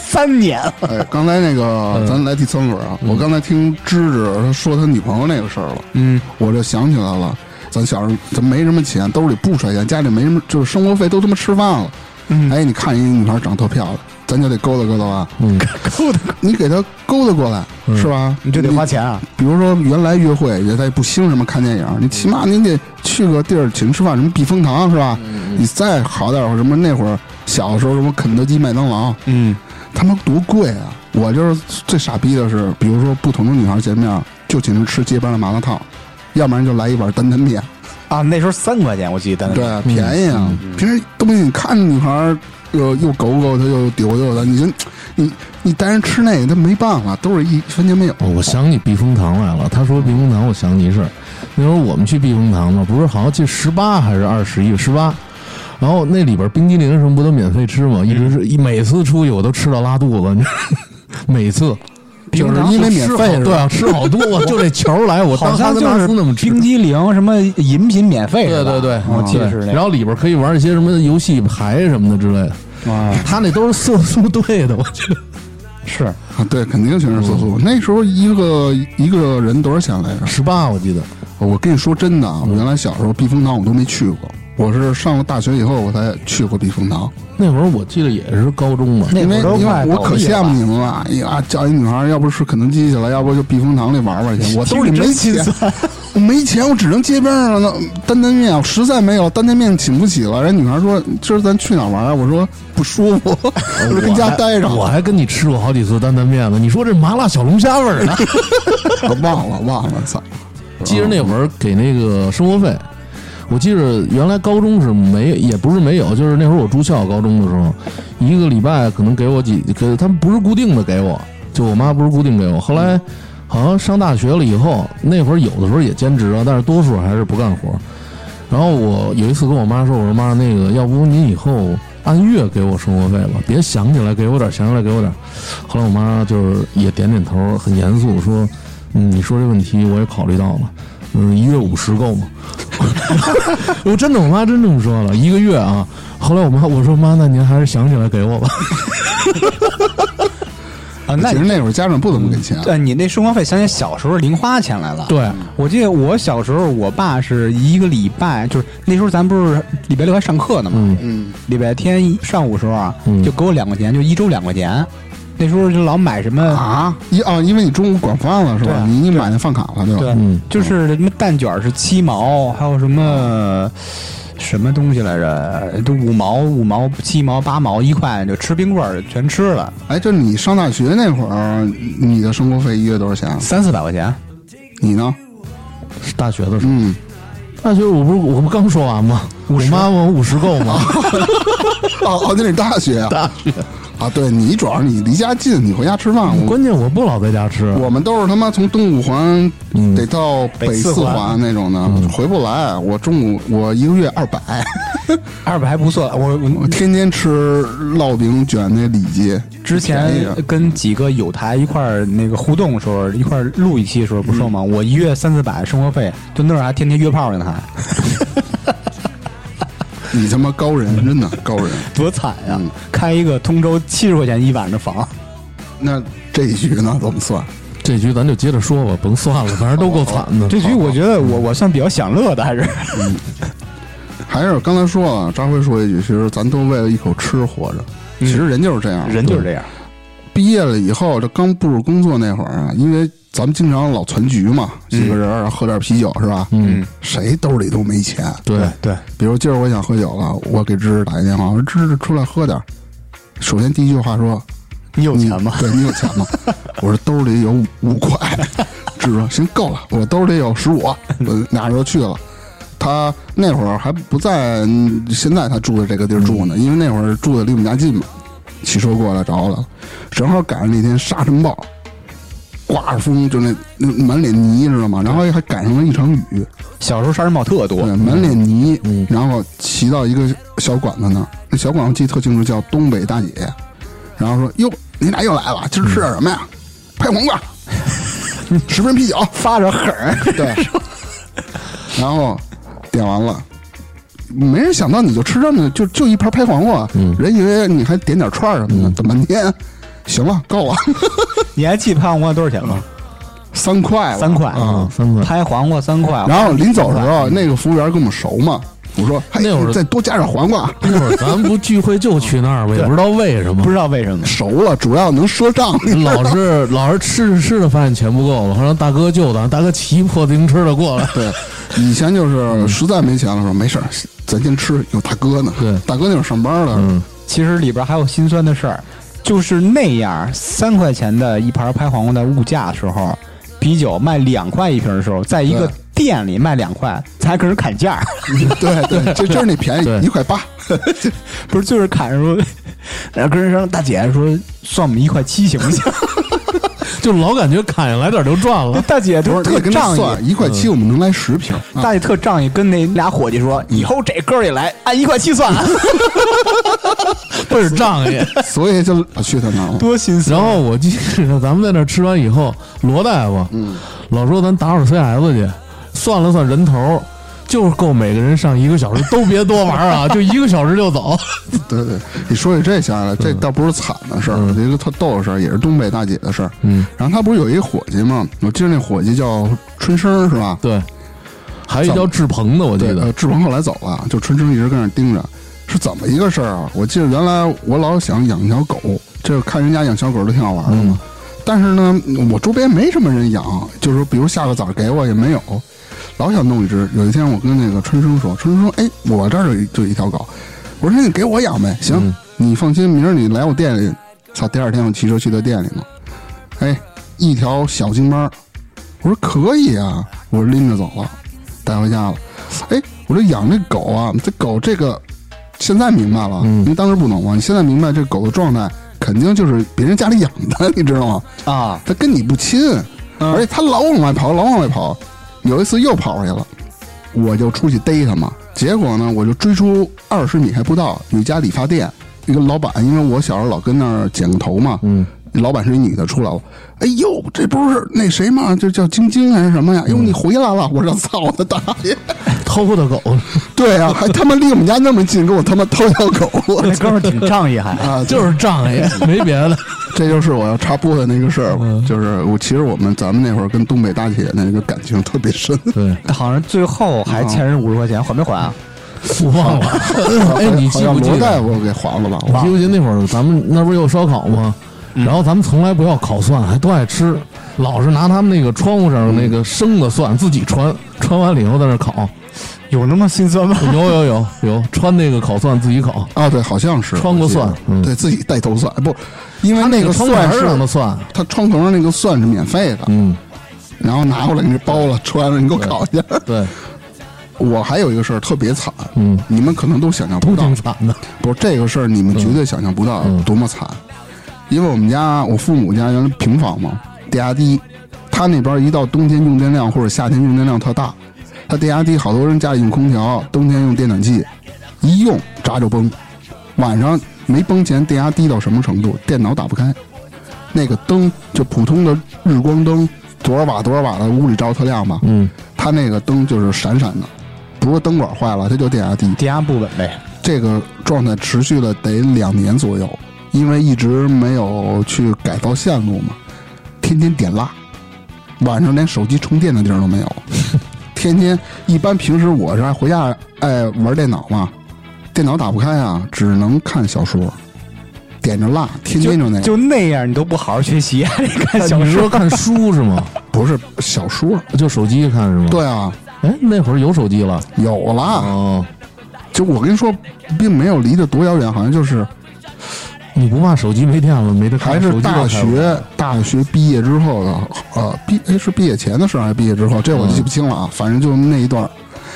A: 三年了。
B: 哎，刚才那
A: 嗯
B: 个，咱来第三轮啊，我刚才听芝芝她说她女朋友那个事儿了，
A: 嗯，
B: 我就想起来了，咱小时候咱没什么钱，兜里不揣钱，家里没什么，就是生活费都他妈吃饭了。
A: 嗯
B: 哎，你看一女孩长特漂亮，咱就得勾搭勾搭吧，
A: 嗯 够的，
B: 你给她勾搭过来、是吧？
A: 嗯你就得花钱啊。
B: 比如说原来约会也在不兴什么看电影，
A: 嗯
B: 你起码你得去个地儿请吃饭，什么避风塘是吧？
A: 嗯
B: 你再好点儿什么那会儿小的时候什么肯德基、麦当劳，
A: 嗯，
B: 他妈多贵啊！我就是最傻逼的是，比如说不同的女孩见面就请人吃街边的麻辣烫，要不然就来一碗担担面，
A: 啊，那时候三块钱，我记得单
B: 对，
C: 嗯
B: 便宜啊！平时东西你看着女孩儿。又又狗狗，她又丢丢的，你就你你带人吃那个，他没办法，都是一分钱没有。
C: 哦，我想起避风塘来了。他说避风塘，我想起一事儿。那时候我们去避风塘嘛，不是好像去十八还是二十一？十八。然后那里边冰激凌什么不都免费吃吗？一直是一每次出去我都吃到拉肚子，你知道吗每次
B: 就是
A: 冰糖
B: 因为免
C: 吃好
B: 费是
C: 对
B: 吧？
C: 啊，吃好多，我就这球来，我当
A: 好
C: 哈
A: 像
C: 根
A: 就
C: 达
A: 是
C: 斯那么吃。
A: 冰激凌什么饮品免费是
C: 对
A: 吧，
C: 对对，嗯
A: 我记得是
C: 啊对
A: 那
C: 然
A: 个。
C: 后里边可以玩一些什么游戏牌什么的之类的。
A: 啊，
C: 他那都是色素兑的，我觉得
A: 是
B: 啊，对，肯定全是色
C: 哦
B: 素。那时候一个一个人多少钱来着？
C: 十八我记得。
B: 我跟你说真的啊，我原来小时候避风塘我都没去过，我是上了大学以后我才去过避风塘。
C: 那会儿我记得也是高中吧，
A: 那
B: 因
A: 会
B: 为
A: 儿都
B: 因
A: 快
B: 为我可
A: 倒闭了
B: 羡
A: 吧
B: 慕你们了，哎呀，叫一女孩儿，要不是肯德基去了，要不就避风塘里玩玩去。我兜里没钱，我没钱，我只能街边上的担担面，我实在没有担担面请不起了。人女孩说：“今儿咱去哪儿玩啊？”我说：“不舒服， 我说跟家待着。”
C: 我还跟你吃过好几次担担面呢。你说这麻辣小龙虾味儿呢？
B: 我忘了忘了，操！
C: 记着那会儿给那个生活费，我记着原来高中是没，也不是没有，就是那会儿我住校高中的时候，一个礼拜可能给我几，给他们不是固定的给我，就我妈不是固定给我。后来好像上大学了以后，那会儿有的时候也兼职啊，但是多数还是不干活。然后我有一次跟我妈说：“我说妈，那个要不您以后按月给我生活费吧，别想起来给我点儿，想起来给我点儿。”后来我妈就是也点点头，很严肃说：“嗯，你说这问题我也考虑到了，嗯，一月五十够吗？”我真的，我妈真这么说了，一个月啊。后来我妈我说妈，那您还是想起来给我吧。
A: 啊，那
B: 其实那会儿家长不怎么给钱，
A: 呃，你那生活费想起小时候零花钱来了。嗯
C: 对，
A: 我记得我小时候，我爸是一个礼拜，就是那时候咱不是礼拜六还上课呢嘛，
B: 嗯，
A: 礼拜天上午时候啊，
C: 嗯
A: 就给我两块钱，就一周两块钱。那时候就老买什么，
B: 啊，一啊，因为你中午管饭了是
A: 对
B: 吧？
A: 啊
B: 你你买那饭卡了对啊
A: 对
B: 吧？，
C: 嗯
A: 就是什么蛋卷是七毛，还有什么什么东西来着，都五毛、五毛、七毛、八毛、一块，就吃冰棍儿全吃了，
B: 哎，就你上大学那会儿，你的生活费一月多少钱？啊
A: 三四百块钱。
B: 你呢？
C: 是大学的时候，
B: 嗯，
C: 大学我不是我不刚说完吗？我妈问我五十够吗？
B: 哦哦，那是大学啊，大学啊，对你主要是你离家近，你回家吃饭。我
C: 嗯关键我不老在家吃，
B: 我们都是他妈从东五环
C: 嗯
B: 得到北四环那种的，回不来。我中午我一个月二百，
A: 二百还不错，我我
B: 我天天吃烙饼卷那里脊。
A: 之
B: 便宜
A: 前
B: 啊
A: 跟几个友台一块儿那个互动的时候，一块儿录一期的时候不说吗？我一月三四百生活费，就那会儿还天天约炮呢，还
B: 你他妈高人，真的高人。
A: 多惨啊呀、嗯开一个通州七十块钱一晚的房，
B: 那这一局呢怎么算？
C: 这局咱就接着说吧，甭算了，反正都够惨的。
A: 这局我觉得我我算比较享乐的，还是
B: 还是刚才说了，张辉说一句，其实咱都为了一口吃活着。其实人就是这样，
A: 人就是这样。
B: 毕业了以后，这刚步入工作那会儿啊，因为咱们经常老攒局嘛，几个人儿啊喝点啤酒是吧？
C: 嗯，
B: 谁兜里都没钱。
C: 对，
A: 对，
B: 比如今儿我想喝酒了，我给芝芝打一电话，我说芝芝出来喝点儿。首先第一句话说
A: 你有
B: 你
A: 钱吗？
B: 嗯对你有 钱吗？我说兜里有五五块，芝芝说行够了，我兜里有十五，我俩人就去了。他那会儿还不在嗯现在他住的这个地儿住呢，
A: 嗯
B: 因为那会儿住的离我们家近嘛，骑车过来找我来了，正好赶上那天沙尘暴，刮着风就那那满脸泥知道吗？然后还赶上了一场雨，
A: 小时候杀人帽特多，
B: 对，满脸泥，
A: 嗯
B: 然后骑到一个小馆子那儿，那小馆子我记得特清楚，叫东北大姐，然后说：“哟，你俩又来了，今儿吃点什么呀？
A: 嗯
B: 拍黄瓜， 十瓶啤酒，
A: 发着狠儿，
B: 对。”然后点完了，没人想到你就吃这么就就一盘拍黄瓜，
A: 嗯
B: 人以为你还点点串儿什么的，等半天，行了，够了，
A: 你还记得拍黄瓜多少钱吗？
B: 三块了，
A: 三块
B: 啊。
C: 三块。
A: 拍黄瓜三块，
B: 然后临走的时候，那个服务员跟我们熟嘛，我说：“嘿
C: 那会儿
B: 再多加点黄瓜。”
C: 那会儿咱不聚会就去那儿吧，也不知道为什么
A: 不，知道为什么，
B: 熟了，主要能赊账。
C: 老是老是吃着吃着发现钱不够了，后来大哥救咱，大哥骑破自行车的过来，
B: 对，以前就是实在没钱了，说没事儿，咱先吃，有大哥呢。
C: 对
B: 大哥那会儿上班了，
A: 其实里边还有心酸的事儿，就是那样三块钱的一盘拍黄瓜的物价的时候，啤酒卖两块一瓶的时候，在一个
B: 对
A: 店里卖两块，咱还跟人砍 价，
B: 对对，这真是那便
C: 对
B: 宜，一块八。
A: 不是就是砍说，然后跟人说大姐说算我们一块七行 不行？。
C: 就老感觉砍下来点儿就赚了
A: 大姐
B: 不
A: 就是
B: 是，你
A: 特
B: 跟他
A: 仗义。嗯
B: 算一块七，我们能来十 瓶。啊
A: 大姐特仗义，跟那俩伙计说：“以后这哥儿也来，按一块七 算，
C: 倍儿仗义。
B: 所以就老去他那儿了。
A: 多心 酸。”
C: 然后我记得咱们在那儿吃完以后，罗大夫，老说咱打会儿 CS 去，算了算人头儿，就是够每个人上一个小时，都别多玩儿啊，就一个小时就 走。
B: 对对，你说起这下来，这倒不是惨的事儿，有一个特逗的事儿，也是东北大姐的事儿。
C: 嗯，
B: 然后她不是有一个伙计吗？我记得那伙计叫春生儿是吧？
C: 对，还有一叫志鹏的，我记
B: 对，
C: 得
B: 呃，志鹏后来走了，就春生一直跟那儿盯着，是怎么一个事儿啊？我记得原来我老想养一条狗，就是看人家养小狗都挺好玩的
C: 嗯
B: 嘛。但是呢，我周边没什么人养，就是说，比如下个崽儿给我也没有，老想弄一只。有一天我跟那个春生说，春生说：“哎，我这儿有一就一条狗，我说那你给我养呗，行，
C: 嗯
B: 你放心，明儿你来我店里。”操，第二天我骑车去他店里嘛，哎，一条小京巴儿，我说可以啊，我拎着走了，带回家了。哎，我这养这狗啊，这狗这个现在明白了，因为当时不懂嘛。你现在明白这狗的状态，肯定就是别人家里养的，你知道吗？
A: 啊，
B: 它跟你不亲，而且它老往外跑，老往外跑。有一次又跑回去了，我就出去逮它嘛。结果呢，我就追出二十米还不到，有一家理发店，一个老板，因为我小时候老跟那儿剪个头嘛，
C: 嗯，
B: 老板是一女的出来了，哎呦，这不是那谁吗？就叫晶晶还是什么呀？哟，哎你回来了！我说操我的大爷！
C: 偷的狗，
B: 对啊，还他妈离我们家那么近，给我他妈偷条狗！我
A: 那
B: 操
A: 哎哥们儿挺仗义，还
B: 啊，就
C: 就是仗义，没别的。
B: 这就是我要插播的那个事
C: 嗯
B: 儿，就是我其实我们咱们那会儿跟东北大姐那个感情特别深，
C: 对，
A: 好像最后还欠人五十块钱，还没还啊？
C: 我忘了。 哎，你
B: 好
C: 记
B: 像
C: 不记
B: 罗大
C: 得？
B: 夫给黄了吧？我
C: 你记不记得那会儿咱们那不是有烧烤吗？
B: 嗯
C: 然后咱们从来不要烤蒜，还都爱吃，老是拿他们那个窗户上那个生的蒜自己穿，穿完了以后在那烤。
A: 有那么心酸吗？
C: 有有有有，穿那个烤蒜自己烤，
B: 啊，对，好像是
C: 穿过蒜
B: 我记得
C: 嗯
B: 对自己带头蒜，不，因为那个
C: 窗帘
B: 蒜
C: 儿上的
B: 是
C: 蒜。
B: 他窗头上那个蒜是免费的，
C: 嗯，
B: 然后拿过来你就包了，吃完了你给我烤一下。
C: 对，
B: 我还有一个事儿特别惨，
C: 嗯，
B: 你们可能都想象不
C: 都
B: 到，
C: 挺惨的。
B: 不是这个事儿，你们绝对想象不到多么惨。因为我们家我父母家原来平房嘛，地下低，他那边一到冬天用电量或者夏天用电量特大，他地下低好多人家里用空调，冬天用电暖气，一用闸就崩。晚上没崩前，电压低到什么程度？电脑打不开，那个灯就普通的日光灯，多少瓦多少瓦的，屋里照特亮吧？
C: 嗯，
B: 它那个灯就是闪闪的，不是灯管坏了，它就电压低。
A: 抵押不稳呗。
B: 这个状态持续了得两年左右，因为一直没有去改造线路嘛，天天点蜡，晚上连手机充电的地儿都没 有，天天一般平时我是爱回家爱玩电脑嘛，电脑打不开啊，只能看小说，点着蜡，天天就那样，
A: 就那样，你都不好好学习， 还得看小
C: 你是说
A: 说。
C: 看书是 吗？
B: 不是小说，
C: 就手机看是吗？。
B: 对啊，
C: 哎，那会儿有手机了。
B: 有啦，
C: 哦，
B: 就我跟你说，并没有离得多遥远，好像就是
C: 你不怕手机没电了，没得看
B: 还
C: 手
B: 是
C: 机都
B: 大
C: 开不
B: 学大学毕业之后的，呃，毕诶是毕业前的事儿还是毕业之后？这我就记不清了啊，反正就那一段儿。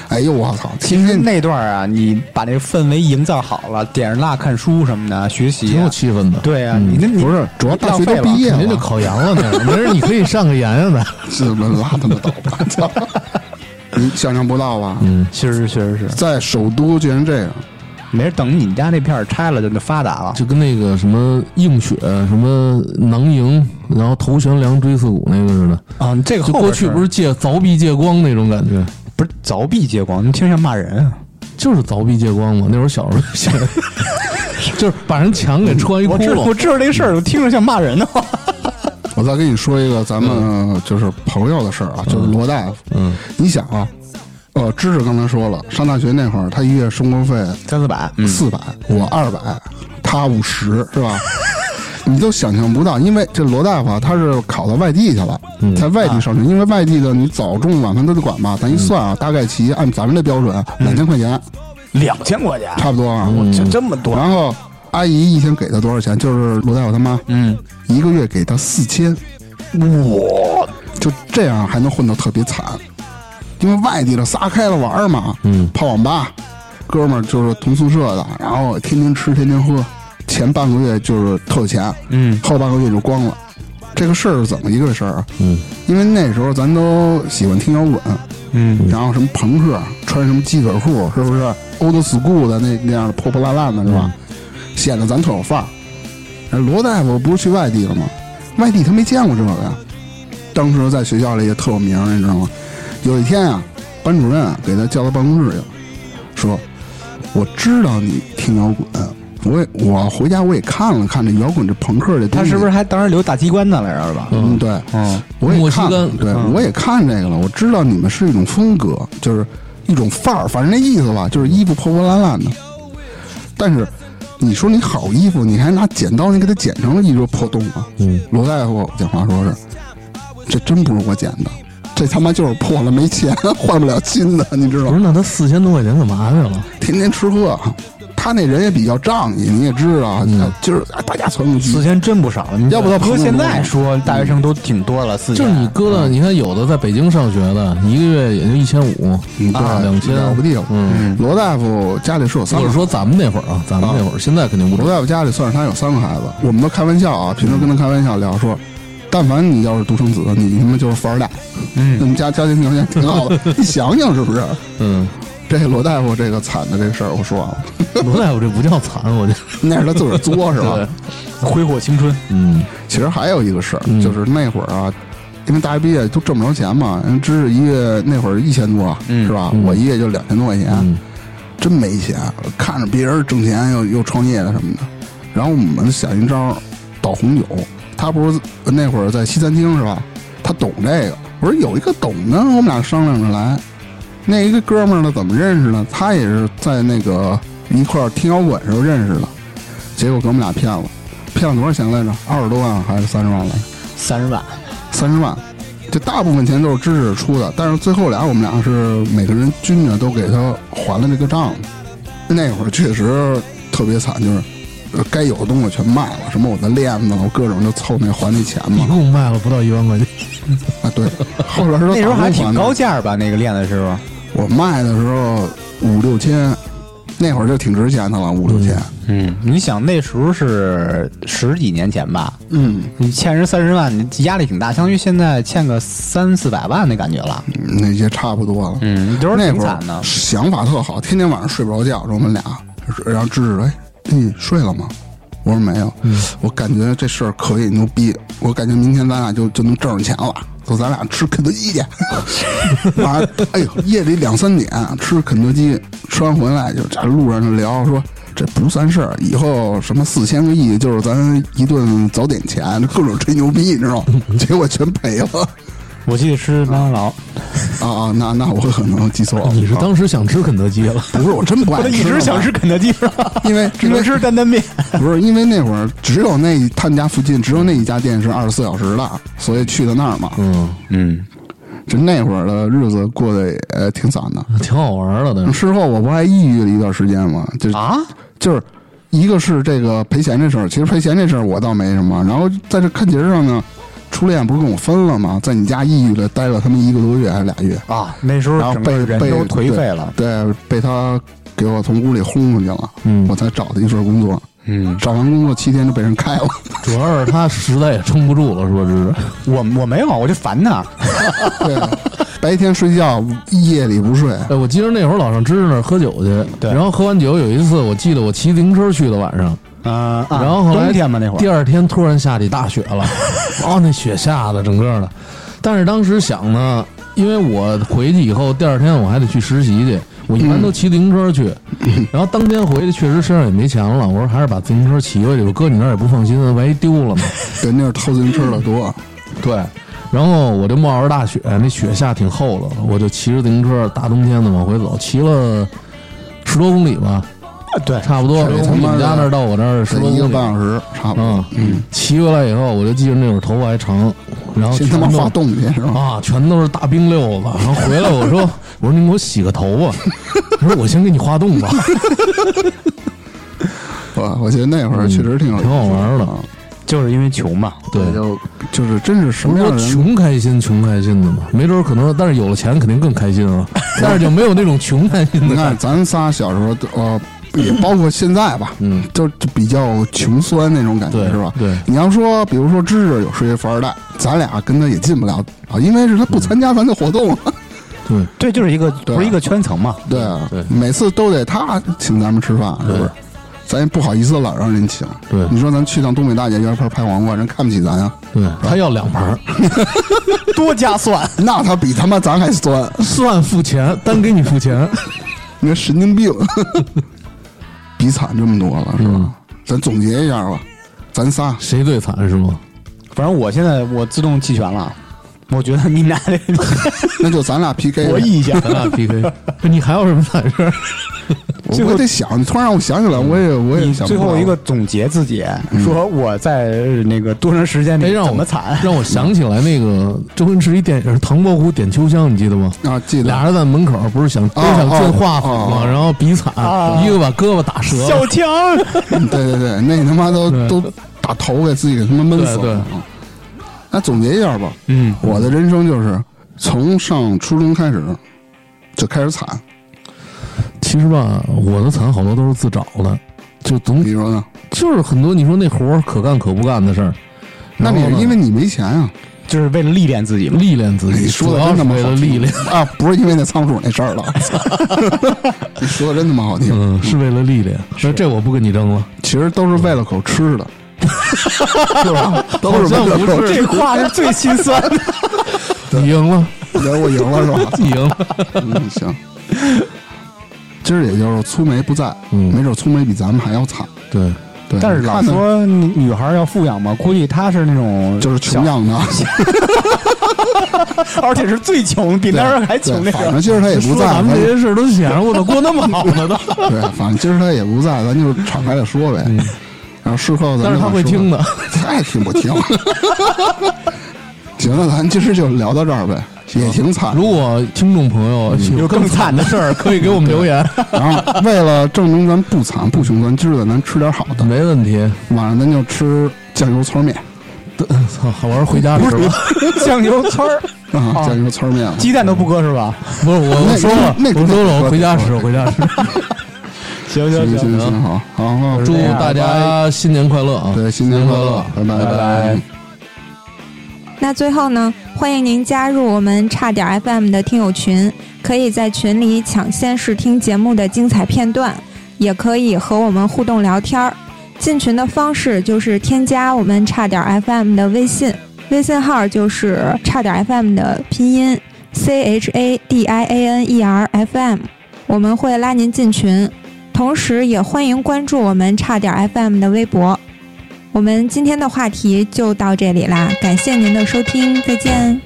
B: 哎呦我操！
A: 其
B: 天
A: 实
B: 天
A: 那段啊，你把这氛围营造好了，点着蜡看书什么的，学习
C: 挺
A: 啊、
C: 有气氛的。，
A: 对啊，你那你
B: 不是主要大学都
A: 浪费了
B: 毕业
C: 肯定就
B: 了，
C: 考研了那会儿。没事，你可以上个研啊呀的。
B: 怎么拉他们倒吧？操！你想象不到吧？
C: 嗯
A: 确实确实是，
B: 在首都居然这样，
A: 没事，等你们家那片儿拆了就就发达了。
C: 就跟那个什么映雪、什么囊萤，然后头悬梁锥刺股那个似的。
A: 啊，这个后
C: 就过
A: 边
C: 去
A: 事儿
C: 不是借凿壁借光那种感觉，
A: 不是凿壁借光，你听着像骂人啊！
C: 就是凿壁借光嘛。那会儿小时候想， 就是把人墙给穿一窟
A: 我知我
C: 窿。
A: 知道这事儿，我听着像骂人的啊话。
B: 我再跟你说一个咱
C: 嗯
B: 们就是朋友的事儿啊，就是罗大夫。嗯，你想啊，呃，知识刚才说了，上大学那会儿他一月生活费
A: 三四百，嗯，
B: 四百，我二百，他五十，是吧？ 你都想象不到，因为这罗大夫啊，他是考到外地去了，在外地上学，因为外地的你早中晚饭都得管吧，咱一算啊，大概齐按咱们这标准两千块钱
A: 两千块钱，
B: 差不多啊。
A: 就这么多。
B: 然后阿姨一天给他多少钱？就是罗大夫他妈，
A: 嗯，
B: 一个月给他四千，
A: 我
B: 就这样还能混得特别惨，因为外地的撒开了玩儿嘛，嗯，泡网吧，哥们儿就是同宿舍的，然后天天吃天天喝，前半个月就是特有钱，
A: 嗯，
B: 后半个月就光了。这个事儿是怎么一个事儿啊？嗯，因为那时候咱都喜欢听摇滚，
A: 嗯，
B: 然后什么朋克，穿什么鸡腿裤，是不是？old school 的那那样的破破烂烂的，是吧？显得咱特有范儿。哎罗大夫不是去外地了吗？外地他没见过这个呀。当时在学校里也特有名儿，你知道吗？有一天啊，班主任啊给他叫到办公室去了，说：“我知道你听摇滚，我也我回家我也看了看这摇滚这朋克这
A: 他
B: 东西。”
A: 是不是还当时留大机关呢来着是吧？
B: 嗯，对，
A: 嗯，
B: 我也
C: 莫西嗯
B: 看，
C: 干
B: 对、我也看这个了，我知道你们是一种风格，就是一种范儿，反正那意思吧，就是衣服破破烂烂的。但是你说你好衣服，你还拿剪刀你给它剪成了一个破洞啊！
C: 嗯，
B: 罗大夫讲话说是，这真不是我剪的，这他妈就是破了，没钱 换不了新的，你知道
C: 不
B: 吗？
C: 是，那他四千多块钱干嘛去了？
B: 天天吃喝，啊他那人也比较仗义，你也知道，
C: 嗯
B: 就是哎大家存个机
A: 四。千真不少了，你
B: 要不到
A: 搁
B: 朋友
A: 现
B: 多
A: 在说大学生都挺多了，四千
C: 就是你搁
A: 啊
C: 了，你看有的在北京上学的，一个月也就一千五
B: 嗯，
C: 啊，
B: 对
C: 两千
B: 了不地了。
C: 嗯，
B: 罗大夫家里是有三
C: 或
B: 个
C: 者说咱们那会儿啊，咱们那会儿，现在肯定不
B: 罗
C: 止。
B: 大夫家里算是他有三个孩子，我们都开玩笑啊，平时跟他开玩笑聊说，但凡你要是独生子，你他妈就是富二代，
A: 嗯
B: 你们家家庭条件挺好的，你想想是不是？
C: 嗯，
B: 这罗大夫这个惨的这事儿我说完了，
C: 罗大夫这不叫惨，我觉得，
B: 那是他自个儿作是吧？
A: 挥霍青春，
C: 嗯
B: 其实还有一个事
A: 嗯
B: 儿，就是那会儿啊，因为大学毕业都挣不着钱嘛，人知识一月那会儿一千多，
A: 嗯
B: 是吧？我一月就两千多块钱，真没钱。看着别人挣钱又又创业的什么的，然后我们想一招儿倒红酒。他不是那会儿在西餐厅是吧？他懂这个。我说有一个懂的，我们俩商量着来。那一个哥们儿呢，怎么认识呢？他也是在那个一块儿听摇滚时候认识的，结果给我们俩骗了，骗了多少钱来着？二十多万还是三十万来着？
A: 三十万，
B: 三十万，这大部分钱都是知识出的，但是最后俩我们俩是每个人均着都给他还了这个账。那会儿确实特别惨，就是呃该有的东西全卖了，什么我的链子，我各种就凑那还那钱
C: 一
B: 嘛。
C: 共卖了不到一万块钱，
B: 啊，对，后边是
A: 那时候还挺高
B: 级，
A: 价吧？那个链子是不是？
B: 我卖的时候五六千，那会儿就挺值钱的了，五六千。
A: 嗯，你想那时候是十几年前吧？
B: 嗯，
A: 你欠人三十万，你压力挺大，相当于现在欠个三四百万那感觉了。
B: 那些差不多了。
A: 嗯，都是
B: 那
A: 挺
B: 会儿
A: 惨的。
B: 想法特好，天天晚上睡不着觉，我们俩，然后芝芝哎，你睡了吗？我说没有，
A: 嗯
B: 我感觉这事儿可以牛逼，我感觉明天咱俩就就能挣上钱了。走，咱俩吃肯德基去。 晚上，哎呦，夜里两三点吃肯德基，吃完回来就在路上就聊，说这不算事儿，以后什么四千个亿就是咱一顿早点钱，就各种吹牛逼，你知道吗？结果全赔了。
A: 我记得吃麦当劳，
B: 啊啊，那那我可能记错了。
C: 哦你是
B: 啊
C: 当时想吃肯德基了？
B: 不是我真不爱
A: 嗯我
B: 吃，
A: 一直想吃，肯德基，
B: 因为
A: 只
B: 因为
A: 能吃担担面。
B: 不是因为那会儿只有那一他们家附近只有那一家店是二十四小时的，所以去的那儿嘛。
C: 嗯，
A: 嗯，
B: 就那会儿的日子过得也挺惨的。
A: 嗯
C: 挺好玩的，但是
B: 事后我不还抑郁了一段时间吗？就是
A: 啊，
B: 就是一个是这个赔钱这事儿，其实赔钱这事儿我倒没什么。然后在这看节上呢，初恋不是跟我分了吗？在你家抑郁了待了他们一个多月还是俩月，
A: 啊，那时
B: 然
A: 候
B: 后
A: 整
B: 被
A: 个人
B: 被
A: 都颓废了。
B: 对，被他给我从屋里轰出去了，
C: 嗯
B: 我才找的一份工作。
A: 嗯，
B: 找完工作七天就被人开了。
C: 主要是他实在也撑不住了，说是
A: 我我没有，我就烦他。
B: 对，白天睡觉，夜里不睡。
C: 哎，我记得那会儿老上芝芝那儿喝酒去，
A: 对
C: 然后喝完酒有一次，我记得我骑自行车去的晚上，
A: 嗯，啊
C: 然后后来
A: 冬天嘛那会
C: 第
A: 儿，
C: 二天突然下起大雪 了，哦，那雪下的整个的，但是当时想呢，因为我回去以后第二天我还得去实习去，我一般都骑自行 车去，然后当天回去确实身上也没钱了，我说还是把自行车骑回去吧，搁你那儿也不放心，万一丢了呢。
B: 对，那是偷自行车的多。
C: 对，然后我就冒着大雪，那雪下挺厚的，我就骑着自行车，大冬天的往回走，骑了十多公里吧，
A: 对，
C: 差不多
B: 差不多
C: 从你们家那儿到我这儿十
B: 得
C: 多
B: 一个
C: 公里。
B: 半小时差不
C: 嗯
B: 多。嗯，
C: 骑回来以后，我就记着那会儿头发还长，然后
B: 先
C: 全
B: 他妈
C: 都
B: 发动去是吧？
C: 啊，全都是大冰溜子。然后回来我说， 我说您给我洗个头发，他说我先给你化 冻吧。
B: 我我觉得那会儿确实挺有
C: 挺好玩的
B: 啊
A: 就是因为穷嘛。
C: 对，
B: 就就是真是什
C: 不
B: 么
C: 是
B: 样
C: 说
B: 的人，
C: 穷开心，穷开心的嘛，没准儿可能，但是有了钱肯定更开 心啊，但是就没有那种穷开心
B: 你
C: 的感
B: 看
C: 觉。
B: 咱仨小时候都，呃，也包括现在吧，
C: 嗯，
B: 就就比较穷酸那种感觉
C: 对
B: 是吧？
C: 对
B: 你要说，比如说芝芝有是一富二代，咱俩跟他也进不了啊，因为是
C: 嗯
B: 他不参加咱的活动。啊
C: 对，
A: 对，就是一个
B: 对
A: 不是一个圈层嘛。
B: 对啊
C: 对
B: 每次都得他请咱们吃饭，是不
C: 对
B: 是？咱也不好意思老让人请。
C: 对
B: 你说咱去趟东北大姐圆盘拍黄瓜，人看不起咱啊？
C: 对，嗯他要两盘儿，
A: 多加蒜，
B: 那他比他妈咱还酸，
C: 算付钱，单给你付钱。
B: 你说神经病！ 比惨这么多了，是吧？
C: 嗯
B: 咱总结一下吧，咱仨
C: 谁最惨是吗？
A: 反正我现在我自动弃权了。我觉得你们俩得
B: 那就咱俩 PK
A: 博弈一 下。
C: 咱 俩 PK，你还有什么惨事儿？
B: 我
A: 最后
B: 我得想，你突然让我想起
C: 嗯
B: 来，我也我也
A: 你
B: 想
A: 最
B: 不
A: 后
B: 到
A: 一个总结自己，说我在那个多长时间
C: 哎，
A: 里
C: 让我
A: 怎么惨？
C: 让我想起来那个周星驰一电影《唐伯虎点秋香》，你记得吗？
B: 啊，记得
C: 俩人在门口不是想都想进画府
B: 哦
C: 吗？
B: 哦
C: 然后比惨，
B: 啊
C: 一个把胳膊打折
A: 小
C: 了，
A: 强，
B: 嗯对对对，那他妈都
C: 对
B: 都打头给自己给他妈闷死
C: 对对
B: 了。啊那总结一下吧，
A: 嗯，
B: 我的人生就是从上初中开始就开始惨，
C: 其实吧，我的惨好多都是自找的，就总
B: 你说呢？
C: 就是很多你说那活儿可干可不干的事儿。
B: 那你
C: 然后
B: 是
C: 呢
B: 因为你没钱啊？
A: 就是为了历练自己 嘛。
C: 历练自己，
B: 你说
C: 主
B: 的
C: 要
B: 真
C: 是
B: 他妈
C: 为
B: 好
C: 了历
B: 听
C: 练，
B: 啊，不是因为那仓鼠那事 儿了。你说的真他妈好听，
C: 嗯，是为了历练。那这我不跟你争了，
B: 其实都是为了口吃 的，是吧？都是为了口
C: 好像不
B: 吃
A: 这话是最心酸的。
C: 你赢 了，
B: 的。我赢了是吧？
C: 你赢了。
B: 嗯，行。今儿也就是粗梅不在，
C: 嗯
B: 没准粗梅比咱们还要惨。
C: 对，
B: 对，
A: 但是
B: 你
A: 老
B: 看呢
A: 说女女孩要富养嘛，估计她是那种
B: 就是穷
A: 小，
B: 样 的，
A: 而且是最穷，比那人还穷那
B: 对啊反
A: 种。
B: 正今儿他也不
C: 说
B: 在，
C: 咱
B: 咱
C: 们这些事儿都想着我操，过那么好呢都，
B: 对， 反正今儿他也不在，咱就敞开了说呗。然后事后咱
C: 嗯但是他会听
B: 的，
C: 的。
B: 他爱哎听不听。 行，那咱今儿就聊到这儿呗，也挺惨。
C: 如果听众朋友
B: 嗯
C: 有
A: 有更惨的
C: 事儿，可以给我们 留言，
B: 然后为了证明咱不惨不穷，咱今儿咱吃点好的，
C: 没问题。
B: 晚上咱就吃酱油汆面
C: 操，好玩儿回家吃吧。
A: 酱油圈儿，
B: 啊，
C: 哦
B: 酱油汆面。
A: 鸡蛋都不搁是吧？
C: 不是我
B: 那
C: 我说了，
B: 那
C: 我说了，
B: 那
C: 我回家吃，我回家吃。
A: 行
B: 行行行，好，好，好
C: 祝
A: 这样
C: 大家新年快乐啊！
B: 对新年快乐，拜拜
C: 拜拜。
E: 那最后呢，欢迎您加入我们差点 FM 的听友群，可以在群里抢先试听节目的精彩片段，也可以和我们互动聊天儿。进群的方式就是添加我们差点 FM 的微信，微信号就是差点 FM 的拼音 C H A D I A N E R F M，我们会拉您进群。同时，也欢迎关注我们差点 FM 的微博。我们今天的话题就到这里啦，感谢您的收听，再见。